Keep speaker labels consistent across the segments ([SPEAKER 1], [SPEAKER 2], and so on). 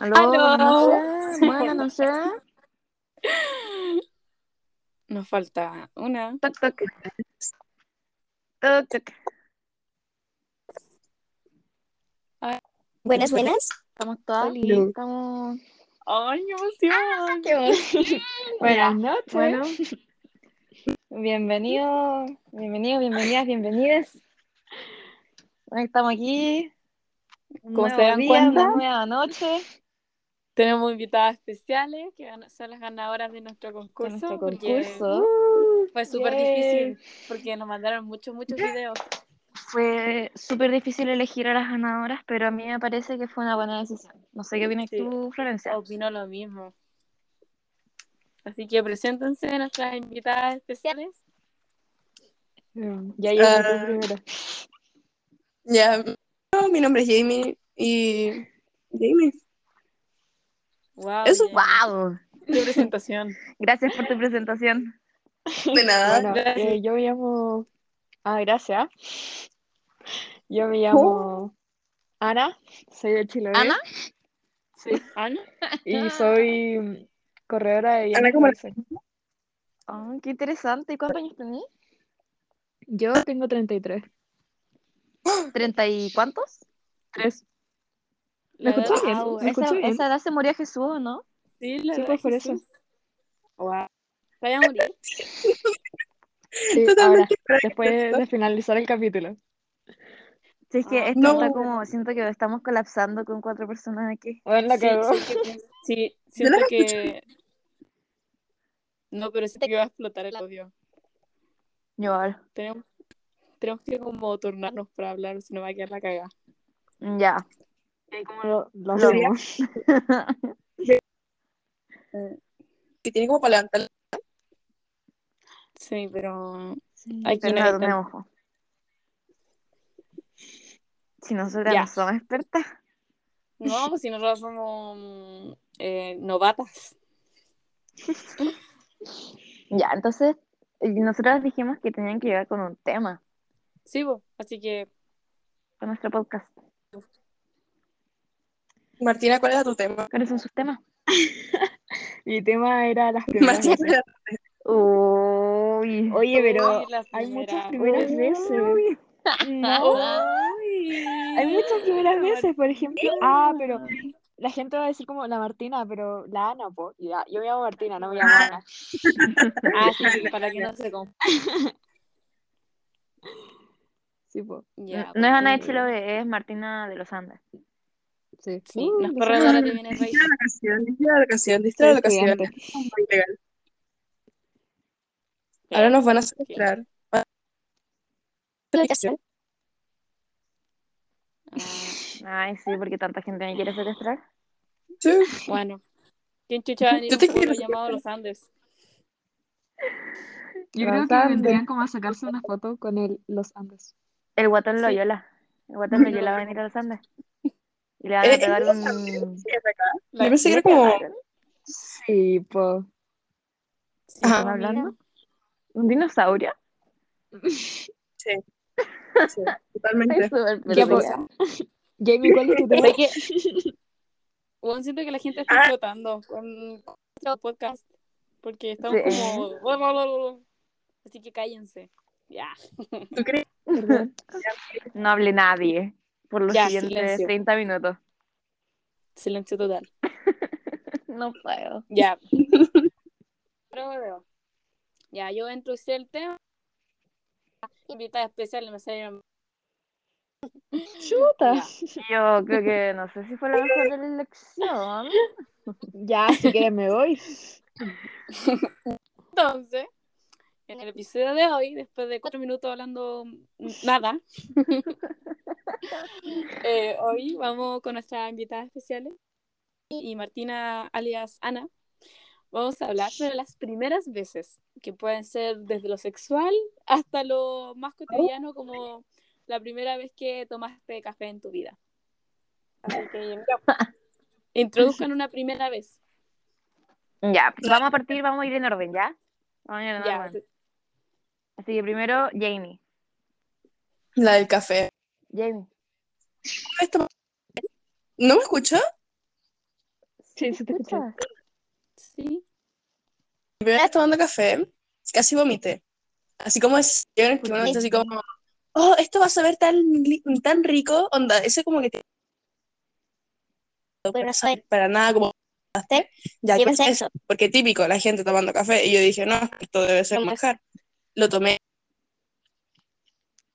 [SPEAKER 1] Aló,
[SPEAKER 2] Aló.
[SPEAKER 1] Manucea, buena, Manucea.
[SPEAKER 2] Nos falta una.
[SPEAKER 1] Toc, toc. Toc, toc.
[SPEAKER 3] Buenas, buenas.
[SPEAKER 1] Estamos todas.
[SPEAKER 3] Oli.
[SPEAKER 1] Estamos.
[SPEAKER 2] ¡Ay, qué emoción!
[SPEAKER 1] Buenas
[SPEAKER 3] noches.
[SPEAKER 1] Bueno,
[SPEAKER 3] Bienvenido, bienvenido, bienvenidas, bienvenidas. Estamos aquí. un
[SPEAKER 2] Como se
[SPEAKER 3] nuevo
[SPEAKER 2] dan
[SPEAKER 3] día,
[SPEAKER 2] cuenta.
[SPEAKER 3] Una nueva noche.
[SPEAKER 2] Tenemos invitadas especiales que gan- son las ganadoras de nuestro concurso.
[SPEAKER 1] Uh.
[SPEAKER 3] nuestro
[SPEAKER 2] porque
[SPEAKER 3] concurso.
[SPEAKER 2] Fue súper
[SPEAKER 3] Yay.
[SPEAKER 2] difícil porque nos mandaron muchos, muchos videos.
[SPEAKER 1] fue súper difícil elegir a las ganadoras, pero a mí me parece que fue una buena decisión. No sé qué opinas
[SPEAKER 2] Sí.
[SPEAKER 1] tú, Florencia.
[SPEAKER 2] Opino lo mismo. Así que preséntense a nuestras invitadas especiales.
[SPEAKER 3] Ya llegó
[SPEAKER 4] Ah.
[SPEAKER 3] primero.
[SPEAKER 4] Ya, no, mi nombre es Jamie y Jamie.
[SPEAKER 2] Wow,
[SPEAKER 4] Eso,
[SPEAKER 1] ¡Wow!
[SPEAKER 2] ¡Qué presentación!
[SPEAKER 1] Gracias por tu presentación.
[SPEAKER 4] De nada.
[SPEAKER 3] Bueno,
[SPEAKER 2] Gracias.
[SPEAKER 3] eh, yo me llamo. Ah, gracias. Yo me llamo Ana, soy de Chile.
[SPEAKER 1] ¿Ana?
[SPEAKER 3] Sí.
[SPEAKER 2] Ana,
[SPEAKER 3] Y soy mm, corredora de
[SPEAKER 4] Ana,
[SPEAKER 3] bienes
[SPEAKER 4] ¿cómo la-
[SPEAKER 3] raíces.
[SPEAKER 1] Ah, ¡Qué interesante! ¿Y cuántos años tenés?
[SPEAKER 3] Yo tengo 33.
[SPEAKER 1] ¿Treinta y cuántos?
[SPEAKER 3] Tres.
[SPEAKER 2] La
[SPEAKER 3] ¿Lo escuché
[SPEAKER 2] edad-
[SPEAKER 3] bien?
[SPEAKER 2] Au,
[SPEAKER 3] ¿Lo escuché
[SPEAKER 1] Esa,
[SPEAKER 3] bien?
[SPEAKER 1] esa edad se moría Jesús, ¿o ¿no?
[SPEAKER 2] sí, la
[SPEAKER 3] Sí,
[SPEAKER 2] edad
[SPEAKER 3] pues, por
[SPEAKER 2] que
[SPEAKER 3] eso.
[SPEAKER 2] sí. Wow. ¿Te vaya a morir?
[SPEAKER 3] Sí, ahora,
[SPEAKER 4] Totalmente
[SPEAKER 3] después de finalizar el capítulo.
[SPEAKER 1] Sí, es que
[SPEAKER 2] Ah,
[SPEAKER 1] esto
[SPEAKER 4] no.
[SPEAKER 1] está como, siento que estamos colapsando con cuatro personas aquí.
[SPEAKER 3] Bueno, la
[SPEAKER 2] Sí,
[SPEAKER 3] cagó.
[SPEAKER 2] sí, que- sí,
[SPEAKER 4] Yo la
[SPEAKER 2] siento que. No, pero siento que va a explotar el audio.
[SPEAKER 1] Yo ahora.
[SPEAKER 2] Tenemos, tenemos que como turnarnos para hablar, si no va a quedar la cagada.
[SPEAKER 1] Ya.
[SPEAKER 3] Lo, lo
[SPEAKER 1] Lo-
[SPEAKER 3] hacemos.
[SPEAKER 4] que tiene como para levantar.
[SPEAKER 2] Sí, pero
[SPEAKER 1] Ay,
[SPEAKER 2] aquí
[SPEAKER 1] pero
[SPEAKER 2] no
[SPEAKER 1] no
[SPEAKER 2] hay tan-
[SPEAKER 1] tenemos ojo. Si nosotras
[SPEAKER 2] Ya.
[SPEAKER 1] no somos expertas.
[SPEAKER 2] No, pues si nosotros somos eh, novatas.
[SPEAKER 1] Ya, entonces, eh, nosotras dijimos que tenían que llegar con un tema
[SPEAKER 2] Sí, po, así que
[SPEAKER 1] con nuestro podcast.
[SPEAKER 4] Martina, ¿cuál era tu tema?
[SPEAKER 1] ¿Cuáles son sus temas?
[SPEAKER 3] Mi tema era las primeras
[SPEAKER 4] Martina,
[SPEAKER 3] veces.
[SPEAKER 4] ¿cuál era tu
[SPEAKER 1] Uy.
[SPEAKER 3] Oye, pero
[SPEAKER 2] Uy, la
[SPEAKER 3] hay
[SPEAKER 2] primera.
[SPEAKER 3] muchas primeras
[SPEAKER 1] Uy.
[SPEAKER 3] veces. No.
[SPEAKER 2] Uy.
[SPEAKER 3] Hay muchas primeras veces, por ejemplo. Ah, pero la gente va a decir como la Martina, pero la Ana, po. Y ya, yo me llamo Martina, no me llamo
[SPEAKER 4] Ah.
[SPEAKER 3] Ana.
[SPEAKER 2] Ah, sí, sí, para que no se confunda.
[SPEAKER 3] Sí, po.
[SPEAKER 1] N- no es Ana de Chiloé, es Martina de los Andes.
[SPEAKER 3] Sí.
[SPEAKER 2] pues. Sí,
[SPEAKER 3] Uh,
[SPEAKER 2] las
[SPEAKER 3] dice-
[SPEAKER 2] corredoras de bienes
[SPEAKER 4] Distrae
[SPEAKER 2] raíces.
[SPEAKER 4] la canción, distrae la canción, distrae la
[SPEAKER 3] Sí,
[SPEAKER 4] canción.
[SPEAKER 3] estudiante.
[SPEAKER 4] Muy legal. Ahora nos van a secuestrar.
[SPEAKER 2] Ah,
[SPEAKER 1] Ay, sí, porque tanta gente me quiere secuestrar.
[SPEAKER 4] Sí.
[SPEAKER 2] bueno. ¿Quién chucha va a venir a
[SPEAKER 4] Yo
[SPEAKER 2] un
[SPEAKER 4] te quiero
[SPEAKER 2] pueblo llamado Los Andes?
[SPEAKER 3] Yo
[SPEAKER 4] Los
[SPEAKER 3] creo que
[SPEAKER 4] Andes.
[SPEAKER 3] vendrían como a sacarse una foto con el, los Andes.
[SPEAKER 1] El guatón
[SPEAKER 2] Sí.
[SPEAKER 1] Loyola. El guatón
[SPEAKER 2] No.
[SPEAKER 1] Loyola va a venir a los Andes. Y le van a
[SPEAKER 4] Eh,
[SPEAKER 1] pegar
[SPEAKER 4] ¿es
[SPEAKER 1] Ah, un...
[SPEAKER 4] acá?
[SPEAKER 2] La-
[SPEAKER 4] Yo pensé que era como.
[SPEAKER 3] Sí, po.
[SPEAKER 2] Sí,
[SPEAKER 4] Ajá.
[SPEAKER 1] ¿Están
[SPEAKER 2] po,
[SPEAKER 1] hablando?
[SPEAKER 2] mira.
[SPEAKER 1] ¿Un dinosaurio?
[SPEAKER 4] sí, totalmente.
[SPEAKER 3] Ya, po. Jamie, ¿cuál es tu tema?
[SPEAKER 2] Sé pues, que. Bueno, siento que la gente
[SPEAKER 4] Ah.
[SPEAKER 2] está explotando con, con este podcast. Porque estamos
[SPEAKER 1] Sí.
[SPEAKER 2] como. Así que cállense. Ya.
[SPEAKER 4] ¿Tú crees?
[SPEAKER 3] Perdón.
[SPEAKER 1] pues, No hable nadie por los
[SPEAKER 2] Ya,
[SPEAKER 1] siguientes
[SPEAKER 2] silencio.
[SPEAKER 1] 30 minutos.
[SPEAKER 2] Silencio total.
[SPEAKER 1] No puedo.
[SPEAKER 2] Ya. Pero, pero, Ya, yo introducí el tema. Invitada especial, me salieron.
[SPEAKER 3] Chuta.
[SPEAKER 1] Yo creo que no sé si fue la mejor de la elección.
[SPEAKER 3] Ya, si quieres me voy.
[SPEAKER 2] Entonces, en el episodio de hoy, después de cuatro minutos hablando nada, eh, hoy vamos con nuestras invitadas especiales y Martina alias Ana. Vamos a hablar sobre las primeras veces, que pueden ser desde lo sexual hasta lo más cotidiano, como la primera vez que tomaste café en tu vida. Así que, mira, introduzcan una primera vez.
[SPEAKER 1] Ya, pues, vamos a partir, vamos a ir en orden, ¿ya? Vamos a ir en
[SPEAKER 2] Ya,
[SPEAKER 1] orden. Así que primero, Jamie.
[SPEAKER 4] La del café.
[SPEAKER 1] Jamie.
[SPEAKER 4] Esto- ¿No me escucha?
[SPEAKER 3] Sí, sí te escuché.
[SPEAKER 1] ¿Escuchas?
[SPEAKER 2] Sí.
[SPEAKER 4] Mi primera vez tomando café, casi vomité. Así como es, llega en el que uno dice así como, oh, esto va a saber tan, li- tan rico, onda, ese como que te...
[SPEAKER 5] Pero
[SPEAKER 4] no
[SPEAKER 5] no
[SPEAKER 4] sabe
[SPEAKER 5] sabe.
[SPEAKER 4] para nada como café, ya
[SPEAKER 5] Yo
[SPEAKER 4] que
[SPEAKER 5] pensé
[SPEAKER 4] pues, es
[SPEAKER 5] eso.
[SPEAKER 4] porque típico la gente tomando café, y yo dije, no, esto debe ser
[SPEAKER 5] Como-
[SPEAKER 4] manjar. Lo tomé,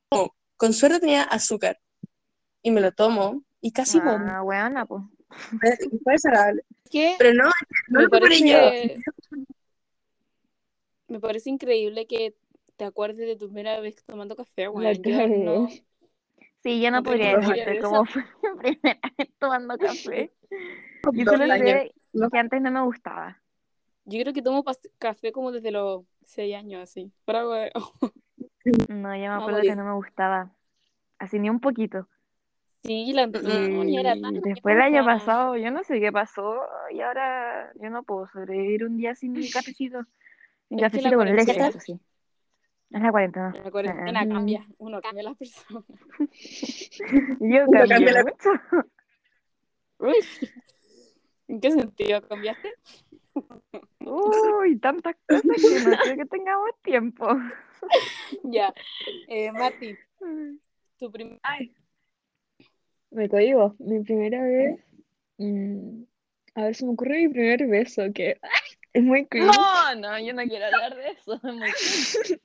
[SPEAKER 4] Como, con suerte tenía azúcar, y me lo tomo, y casi vomité,
[SPEAKER 1] Ah, weona, po.
[SPEAKER 4] fue desagradable.
[SPEAKER 2] ¿Qué?
[SPEAKER 4] Pero no, no
[SPEAKER 2] me
[SPEAKER 4] lo preparé
[SPEAKER 2] parece,
[SPEAKER 4] yo.
[SPEAKER 2] me parece increíble que te acuerdes de tu primera vez tomando café,
[SPEAKER 3] La
[SPEAKER 2] weón. Yo
[SPEAKER 3] cara de-
[SPEAKER 2] no.
[SPEAKER 1] Sí, yo no
[SPEAKER 2] No tengo
[SPEAKER 1] podría
[SPEAKER 2] memoria
[SPEAKER 1] decirte
[SPEAKER 2] de eso.
[SPEAKER 1] cómo fue mi primera vez tomando café. Yo
[SPEAKER 4] Dos
[SPEAKER 1] solo
[SPEAKER 4] años.
[SPEAKER 1] sé
[SPEAKER 4] ¿no?
[SPEAKER 1] que antes no me gustaba.
[SPEAKER 2] Yo creo que tomo pas- café como desde los 6 años, así. Para, weón.
[SPEAKER 1] No, yo me
[SPEAKER 2] Ah,
[SPEAKER 1] acuerdo
[SPEAKER 2] morí.
[SPEAKER 1] que no me gustaba. Así ni un poquito.
[SPEAKER 2] Sí, la Antonia era tan
[SPEAKER 1] Y después el año
[SPEAKER 2] enferma.
[SPEAKER 1] pasado, yo no sé qué pasó y ahora yo no puedo sobrevivir un día sin mi cafecito. Mi
[SPEAKER 2] Es que la
[SPEAKER 1] cafecito con leche,
[SPEAKER 2] cuarentena-
[SPEAKER 1] eso sí. Es la cuarentena.
[SPEAKER 2] La cuarentena
[SPEAKER 1] Ah.
[SPEAKER 2] cambia, uno cambia a las personas.
[SPEAKER 1] Yo
[SPEAKER 4] cambia
[SPEAKER 1] cambié
[SPEAKER 4] la-
[SPEAKER 1] mucho.
[SPEAKER 2] Uy, ¿en qué sentido cambiaste?
[SPEAKER 1] Uy, tantas cosas que no creo que tengamos tiempo.
[SPEAKER 2] Ya. Eh, Mati, tu primera
[SPEAKER 3] Me cohibo. Mi primera vez. mm, a ver, se me ocurre mi primer beso, que es muy cringe.
[SPEAKER 6] No, no, yo no quiero hablar de eso. es muy-
[SPEAKER 2] es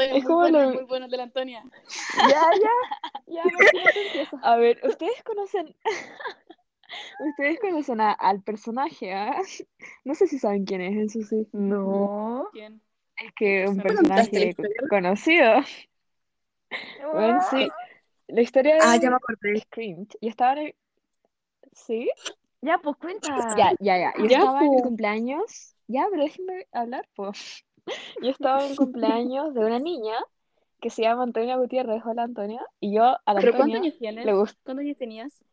[SPEAKER 3] Es como
[SPEAKER 2] muy, bueno,
[SPEAKER 3] lo-
[SPEAKER 2] muy bueno el de la Antonia.
[SPEAKER 3] Ya, ya, ya, A ver, ustedes conocen. Ustedes conocen a- al personaje, ¿ah? No sé si saben quién es, eso sí.
[SPEAKER 1] No.
[SPEAKER 2] ¿Quién?
[SPEAKER 3] Es que un
[SPEAKER 2] ¿No contaste
[SPEAKER 4] la
[SPEAKER 3] personaje
[SPEAKER 4] historia?
[SPEAKER 3] conocido. Bueno, sí. La historia
[SPEAKER 4] Ah,
[SPEAKER 3] de-
[SPEAKER 4] ya me acordé.
[SPEAKER 3] es cringe. Y estaba en el. ¿Sí?
[SPEAKER 1] Ya, pues
[SPEAKER 4] Ah.
[SPEAKER 1] cuenta.
[SPEAKER 3] Ya, ya, ya. Yo
[SPEAKER 2] Ya,
[SPEAKER 3] estaba en el
[SPEAKER 4] pues.
[SPEAKER 2] po.
[SPEAKER 3] cumpleaños. Ya, pero déjenme hablar, pues. Yo estaba en el cumpleaños de una niña que se llama Antonia Gutiérrez. Hola, Antonia. Y yo a la
[SPEAKER 2] ¿Pero
[SPEAKER 3] Antonia
[SPEAKER 2] cuántos años tienes?
[SPEAKER 3] le gustó.
[SPEAKER 2] ¿Cuántos años tenías?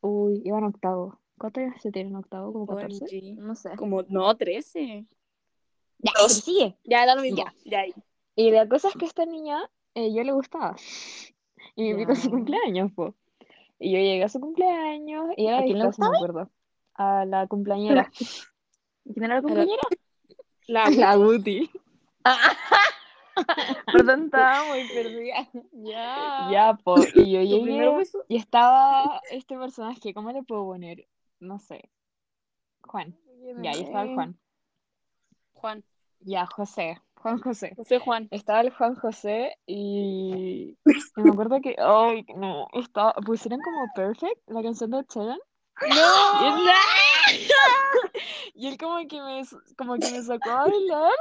[SPEAKER 3] Uy, iba en octavo. ¿Cuántos años se tiene en octavo? ¿Como 14?
[SPEAKER 2] OMG.
[SPEAKER 1] No sé.
[SPEAKER 2] Como, no, 13.
[SPEAKER 3] Ya, pero
[SPEAKER 4] Dos.
[SPEAKER 3] sigue.
[SPEAKER 2] Ya, da lo mismo. Ya, ya.
[SPEAKER 3] Y la cosa es que esta niña eh, yo le gustaba. Y me invitó a su
[SPEAKER 1] Ya.
[SPEAKER 3] cumpleaños, po. Y yo llegué a su cumpleaños y era
[SPEAKER 1] ¿A quién le
[SPEAKER 3] vistosa, me acuerdo. A la cumpleañera,
[SPEAKER 1] ¿Quién era la compañera?
[SPEAKER 2] La,
[SPEAKER 3] a la Guti.
[SPEAKER 1] Perdón, estaba muy perdida.
[SPEAKER 6] Ya.
[SPEAKER 3] Ya, po. Y yo
[SPEAKER 2] Ah, ¿Tu primer
[SPEAKER 3] llegué
[SPEAKER 2] beso?
[SPEAKER 3] y estaba este personaje, ¿cómo le puedo poner? No sé. Juan. Ya, ahí estaba el Juan.
[SPEAKER 2] Juan.
[SPEAKER 3] Ya, José. Juan José.
[SPEAKER 2] No sé, Juan.
[SPEAKER 3] Estaba el Juan José y, y me acuerdo que, ay, no, estaba, pusieron como Perfect, la canción de Cheran. Y él, y él como que me, como que me sacó a bailar.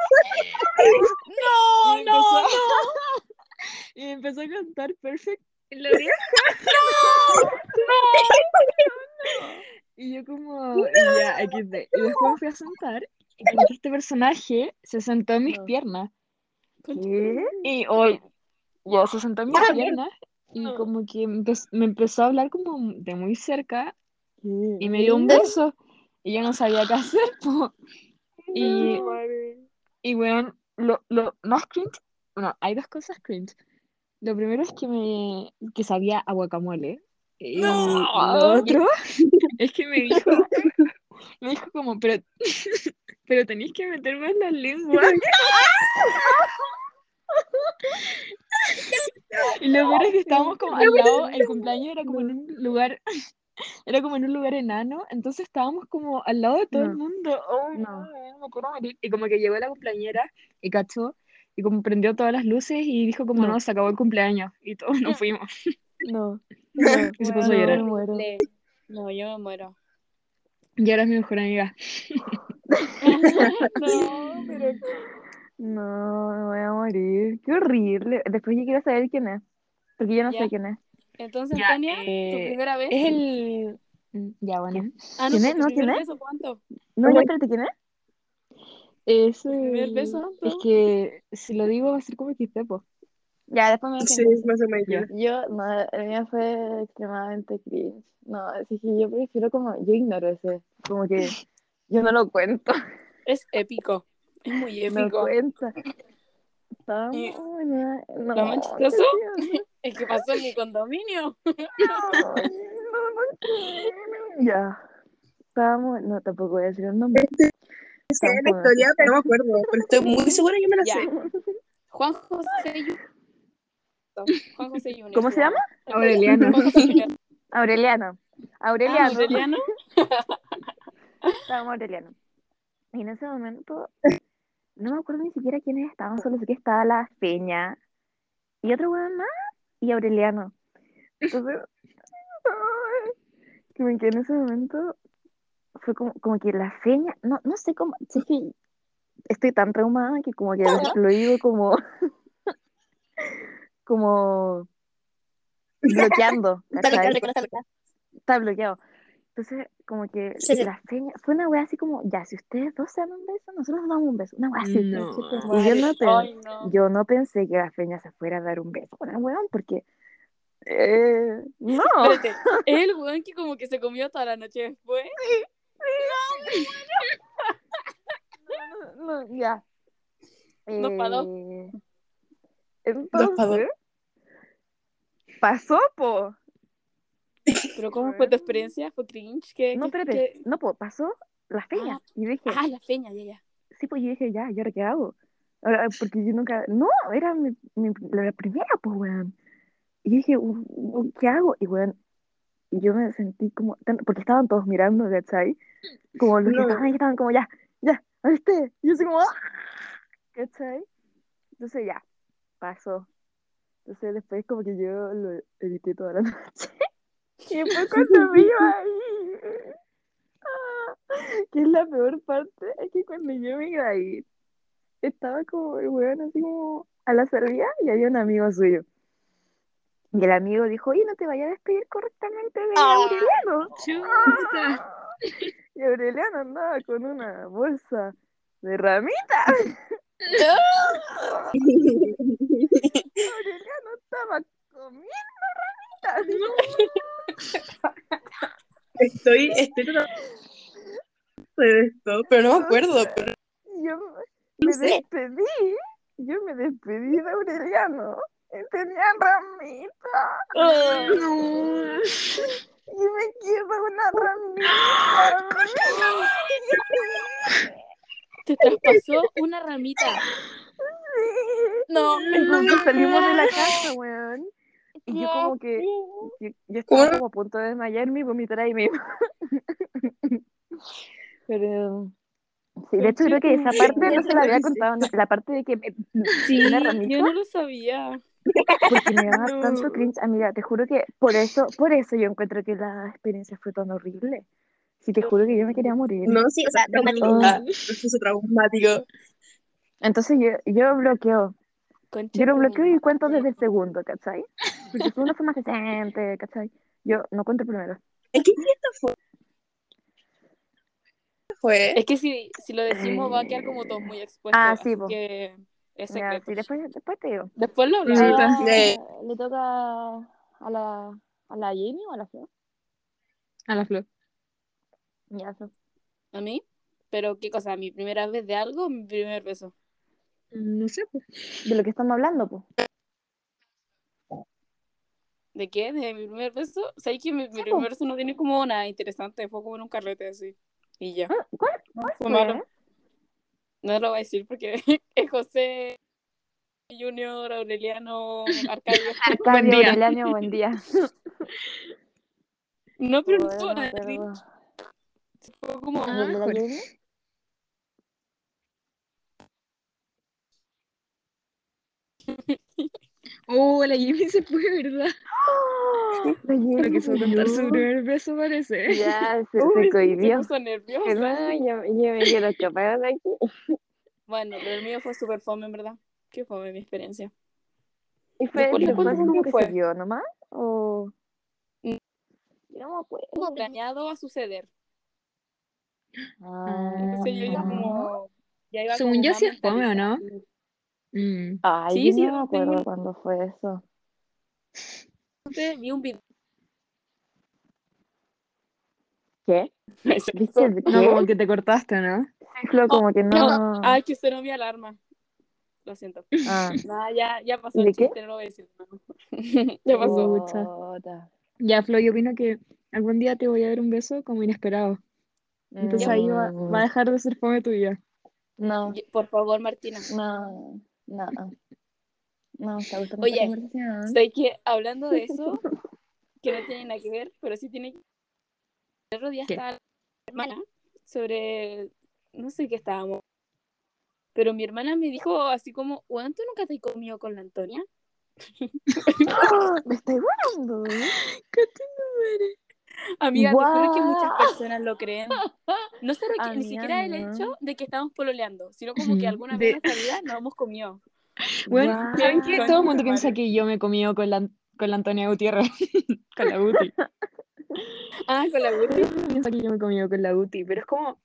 [SPEAKER 3] ¡No, ¡Oh, no, Y me empezó a cantar Perfect en la oreja. ¡No! Y yo como, ya, aquí te. Y después me fui a sentar y como que este personaje se sentó en mis piernas.
[SPEAKER 1] ¿Qué?
[SPEAKER 3] Y hoy, ya se sentó en mis piernas ¿eh? y como que empe- me empezó a hablar como de muy cerca y me dio un beso y yo no sabía qué hacer. po. Y, y weón, lo, lo más cringe, bueno, hay dos cosas cringe. Lo primero es que me que sabía a guacamole. Y lo otro es que me dijo, me dijo como, pero, pero tenéis que meter más la lengua. Y lo peor es que estábamos como al lado, el cumpleaños era como en un lugar, era como en un lugar enano, entonces estábamos como al lado de todo el
[SPEAKER 1] No.
[SPEAKER 3] mundo. Oh,
[SPEAKER 1] No.
[SPEAKER 3] no, me quiero morir. Y como que llegó la cumpleañera y cachó, y como prendió todas las luces y dijo como
[SPEAKER 1] No.
[SPEAKER 3] no, Ah. se acabó el cumpleaños. Y todos nos fuimos.
[SPEAKER 1] No.
[SPEAKER 3] Y se puso a llorar.
[SPEAKER 1] muero.
[SPEAKER 2] Le- No, yo me muero.
[SPEAKER 3] Y ahora es mi mejor amiga.
[SPEAKER 2] no, pero
[SPEAKER 1] No, me voy a morir. Qué horrible. Después yo quiero saber quién es. Porque yo no
[SPEAKER 2] Ya.
[SPEAKER 1] sé quién es.
[SPEAKER 2] Entonces,
[SPEAKER 3] Ya,
[SPEAKER 2] Antonia, tu
[SPEAKER 3] eh,
[SPEAKER 2] primera vez.
[SPEAKER 3] Es el Mm, ya bueno.
[SPEAKER 2] Ah, no,
[SPEAKER 1] ¿Quién es?
[SPEAKER 2] tu
[SPEAKER 1] No,
[SPEAKER 2] primer
[SPEAKER 1] ¿quién es?
[SPEAKER 2] beso, ¿cuánto?
[SPEAKER 1] No, no, espérate, ¿quién es?
[SPEAKER 3] Es
[SPEAKER 2] primer
[SPEAKER 3] el-
[SPEAKER 2] beso,
[SPEAKER 3] es
[SPEAKER 2] ¿no?
[SPEAKER 3] que si lo digo va a ser como XTEPO.
[SPEAKER 1] Ya, después me
[SPEAKER 4] Sí,
[SPEAKER 1] dicen.
[SPEAKER 4] es más o menos.
[SPEAKER 3] Ya.
[SPEAKER 1] Yo, no, el mío fue extremadamente cringe. No, es que yo prefiero como, yo ignoro ese, como que yo no lo cuento,
[SPEAKER 2] Es épico. Es muy
[SPEAKER 1] no
[SPEAKER 2] épico.
[SPEAKER 1] cuenta. Está
[SPEAKER 2] Y-
[SPEAKER 1] muy mal. no,
[SPEAKER 2] ¿Lo más chistoso?
[SPEAKER 1] qué feo,
[SPEAKER 2] Es que pasó en mi condominio.
[SPEAKER 1] no, no, no, no, no. Ya. estábamos, no, tampoco voy a decir un nombre.
[SPEAKER 4] Sé la historia, pero no me acuerdo. Pero estoy muy segura que me la
[SPEAKER 2] Ya.
[SPEAKER 4] sé.
[SPEAKER 2] Juan José Junior. Juan José Junior.
[SPEAKER 1] ¿Cómo se llama?
[SPEAKER 3] Aureliano.
[SPEAKER 2] Juan José Junior.
[SPEAKER 1] Aureliano.
[SPEAKER 2] Ah,
[SPEAKER 1] Aureliano.
[SPEAKER 2] Aureliano.
[SPEAKER 1] Estábamos Aureliano. Y en ese momento, no me acuerdo ni siquiera quiénes estaban, solo sé que estaba la Peña y otro weón más y Aureliano. Entonces, como que en ese momento fue como, como que la Peña, no, no sé cómo, sé que estoy tan traumada que como que lo digo como, como bloqueando.
[SPEAKER 4] Dale,
[SPEAKER 1] ¿cachai?
[SPEAKER 4] dale, dale, dale.
[SPEAKER 1] está bloqueado. Entonces, como que
[SPEAKER 4] Sí, sí.
[SPEAKER 1] la feña, fue una wea así como, ya, si ustedes dos se dan un beso, nosotros nos damos un beso. Una wea así.
[SPEAKER 3] No.
[SPEAKER 1] Y yo no, pen-
[SPEAKER 2] Ay, no.
[SPEAKER 1] yo no pensé que la feña se fuera a dar un beso con el weón, porque eh, no.
[SPEAKER 2] Espérate, ¿es el weón que como que se comió toda la noche después?
[SPEAKER 1] no, ya.
[SPEAKER 2] Dos pa' dos.
[SPEAKER 1] Eh,
[SPEAKER 4] Dos pa' dos.
[SPEAKER 1] Entonces, pasó, po.
[SPEAKER 2] ¿Pero cómo fue tu experiencia? ¿Fue cringe? ¿Qué,
[SPEAKER 1] No,
[SPEAKER 2] qué-
[SPEAKER 1] espérate,
[SPEAKER 2] qué-
[SPEAKER 1] no, po, pasó la feña.
[SPEAKER 2] Ah.
[SPEAKER 1] Y dije,
[SPEAKER 2] Ah, la feña, ya, ya.
[SPEAKER 1] sí, pues yo dije, ya, ¿y ahora qué hago? Ahora, porque yo nunca, no, era mi, mi- la primera, pues, weón. Y yo dije, "U- u- ¿qué hago? Y, weón, yo me sentí como, tan- porque estaban todos mirando, ¿cachai? Como los que
[SPEAKER 4] No.
[SPEAKER 1] estaban ahí estaban como, ya, ya, a este. Y yo así como, ¡ah! ¿cachai? Entonces ya, pasó. Entonces después como que yo lo evité toda la noche. Y después cuando me iba ahí, ah, que es la peor parte, es que cuando yo me iba ahí, estaba como el weón así como a la salida y había un amigo suyo. Y el amigo dijo, oye, no te vayas a despedir correctamente de
[SPEAKER 2] Ah.
[SPEAKER 1] Aureliano.
[SPEAKER 3] Chuta.
[SPEAKER 1] Y Aureliano andaba con una bolsa de ramita. Aureliano estaba comiendo ramitas.
[SPEAKER 4] Estoy, estoy tratando de esto, pero no me acuerdo. Pero
[SPEAKER 1] Yo me despedí, yo me despedí de Aureliano. y Tenía ramita Ah.
[SPEAKER 3] No.
[SPEAKER 1] y me quedó una ramita.
[SPEAKER 2] Te traspasó una ramita. No,
[SPEAKER 1] Entonces salimos de la casa, weón. Y yo como que yo, yo estaba
[SPEAKER 4] ¿Cómo?
[SPEAKER 1] como a punto de desmayarme y vomitar ahí mismo. Pero sí, de hecho creo que esa parte no se la había contado, no, la parte de que me,
[SPEAKER 2] Sí,
[SPEAKER 1] una ramita.
[SPEAKER 2] yo no lo sabía.
[SPEAKER 1] Porque me daba
[SPEAKER 4] No.
[SPEAKER 1] tanto cringe, amiga, te juro que por eso, por eso yo encuentro que la experiencia fue tan horrible. Si te juro que yo me quería morir.
[SPEAKER 4] no, sí, o sea,
[SPEAKER 1] traumático.
[SPEAKER 4] Ah, eso es traumático.
[SPEAKER 1] Entonces yo, yo bloqueo,
[SPEAKER 2] Concha
[SPEAKER 1] yo lo
[SPEAKER 2] tu
[SPEAKER 1] bloqueo y
[SPEAKER 2] madre.
[SPEAKER 1] cuento desde el segundo, ¿cachai? Porque el segundo fue más decente, ¿cachai? Yo no cuento el primero.
[SPEAKER 4] ¿En qué fiesta fue? Fue.
[SPEAKER 2] Es que si, si lo decimos va a quedar como todos muy expuestos.
[SPEAKER 1] Ah, sí,
[SPEAKER 2] así
[SPEAKER 1] po.
[SPEAKER 2] que es
[SPEAKER 1] Ya,
[SPEAKER 2] secreto.
[SPEAKER 1] sí, después, después te digo. Ah,
[SPEAKER 2] Después lo hablamos.
[SPEAKER 4] Chuta.
[SPEAKER 1] Ahora
[SPEAKER 4] Sí.
[SPEAKER 1] Eh, ¿Le toca a la, a la Jenny o a la Flo?
[SPEAKER 3] A la flor.
[SPEAKER 1] Ya, Flo.
[SPEAKER 2] ¿A mí? ¿Pero qué cosa? ¿Mi primera vez de algo o mi primer beso?
[SPEAKER 3] No sé. pues.
[SPEAKER 1] De lo que estamos hablando, pues.
[SPEAKER 2] ¿De qué? ¿De mi primer beso? ¿Sabes que mi, mi primer beso no tiene como nada interesante? Fue como en un carrete así. Y ya.
[SPEAKER 1] ¿Cuál? ¿Cuál
[SPEAKER 2] Fue
[SPEAKER 1] fue?
[SPEAKER 2] malo. No lo voy a decir porque es José Junior, Aureliano, Arcadio.
[SPEAKER 1] Arcadio,
[SPEAKER 3] Buen día.
[SPEAKER 1] Aureliano, buen día.
[SPEAKER 2] No, pero no
[SPEAKER 1] Bueno,
[SPEAKER 2] estuvo nada
[SPEAKER 1] pero-
[SPEAKER 2] cringe, Fue como.
[SPEAKER 3] Ah,
[SPEAKER 1] ¿El de la
[SPEAKER 3] joder.
[SPEAKER 1] Jenny?
[SPEAKER 3] Oh, la Jimmy se fue, ¿verdad?
[SPEAKER 2] ¡Ah!
[SPEAKER 1] La
[SPEAKER 3] Lo
[SPEAKER 1] Jenny
[SPEAKER 3] quiso
[SPEAKER 1] se
[SPEAKER 3] contar
[SPEAKER 1] dio.
[SPEAKER 3] su primer beso, parece.
[SPEAKER 1] Ya, se,
[SPEAKER 2] Uy,
[SPEAKER 1] se
[SPEAKER 2] se
[SPEAKER 1] cohibió.
[SPEAKER 2] puso
[SPEAKER 1] Que
[SPEAKER 2] nerviosa.
[SPEAKER 1] no, yo, yo me quiero escapar de aquí.
[SPEAKER 2] Bueno, pero el mío fue súper fome, en verdad. Qué fome mi experiencia.
[SPEAKER 1] ¿Y fue,
[SPEAKER 2] Después les
[SPEAKER 1] después
[SPEAKER 2] cuento
[SPEAKER 1] como
[SPEAKER 2] cómo
[SPEAKER 1] que
[SPEAKER 2] fue.
[SPEAKER 1] se vio nomás? ¿O...?
[SPEAKER 2] Mm.
[SPEAKER 1] Yo no me
[SPEAKER 2] Como
[SPEAKER 1] acuerdo.
[SPEAKER 2] planeado a suceder.
[SPEAKER 1] Ah.
[SPEAKER 2] Entonces yo ya como. Ya iba
[SPEAKER 3] Según
[SPEAKER 2] como
[SPEAKER 3] yo
[SPEAKER 2] más
[SPEAKER 3] sí es fome, ¿o
[SPEAKER 2] mentalizada.
[SPEAKER 3] no? Mm.
[SPEAKER 1] Ay,
[SPEAKER 2] Sí,
[SPEAKER 1] yo
[SPEAKER 2] sí,
[SPEAKER 1] no me
[SPEAKER 2] yo tengo
[SPEAKER 1] acuerdo
[SPEAKER 2] un-
[SPEAKER 1] cuándo fue eso.
[SPEAKER 2] Entonces vi un video.
[SPEAKER 1] ¿Qué? ¿Viste el
[SPEAKER 3] No,
[SPEAKER 1] qué?
[SPEAKER 3] como que te cortaste, ¿no?
[SPEAKER 1] Flo, como que no...
[SPEAKER 2] Ay, que usted no mi alarma. Lo siento.
[SPEAKER 1] Ah.
[SPEAKER 2] Nada, ya, ya pasó
[SPEAKER 1] ¿Y de
[SPEAKER 2] el
[SPEAKER 1] qué? Oh.
[SPEAKER 2] chiste, no lo voy a decir. ya pasó.
[SPEAKER 3] Pucha. Ya, Flo, yo opino que algún día te voy a dar un beso como inesperado.
[SPEAKER 1] Entonces ahí va,
[SPEAKER 7] Mm.
[SPEAKER 1] va a dejar de ser fome tu vida.
[SPEAKER 7] No,
[SPEAKER 2] Yo- Por favor, Martina.
[SPEAKER 1] Mm.
[SPEAKER 7] no, no. No, está gustando
[SPEAKER 2] Oye,
[SPEAKER 7] esta conversación.
[SPEAKER 2] Sé que hablando de eso, que no tiene nada que ver, pero sí tiene que ver. El otro día
[SPEAKER 3] ¿Qué?
[SPEAKER 2] estaba hablando con mi hermana sobre. No sé qué estábamos. Pero mi hermana me dijo así como: Juan, ¿tú nunca te has comido con la Antonia?
[SPEAKER 1] Me estoy volando. ¿eh?
[SPEAKER 2] Amiga, te juro que
[SPEAKER 1] Guau.
[SPEAKER 2] muchas personas lo creen. No solo que ni
[SPEAKER 7] Amiga,
[SPEAKER 2] siquiera el
[SPEAKER 7] no.
[SPEAKER 2] hecho de que estamos pololeando, sino como que alguna
[SPEAKER 3] De-
[SPEAKER 2] vez en nuestra vida nos hemos comido.
[SPEAKER 3] Bueno,
[SPEAKER 1] Guau.
[SPEAKER 3] ¿saben qué?
[SPEAKER 2] Con
[SPEAKER 3] Todo el
[SPEAKER 2] tu
[SPEAKER 3] mundo piensa
[SPEAKER 2] madre.
[SPEAKER 3] que yo me he comido con la, con la Antonia Gutiérrez, con la Guti.
[SPEAKER 2] Ah, con la Guti.
[SPEAKER 3] Todo el mundo piensa que yo me he comido con la Guti, pero es como...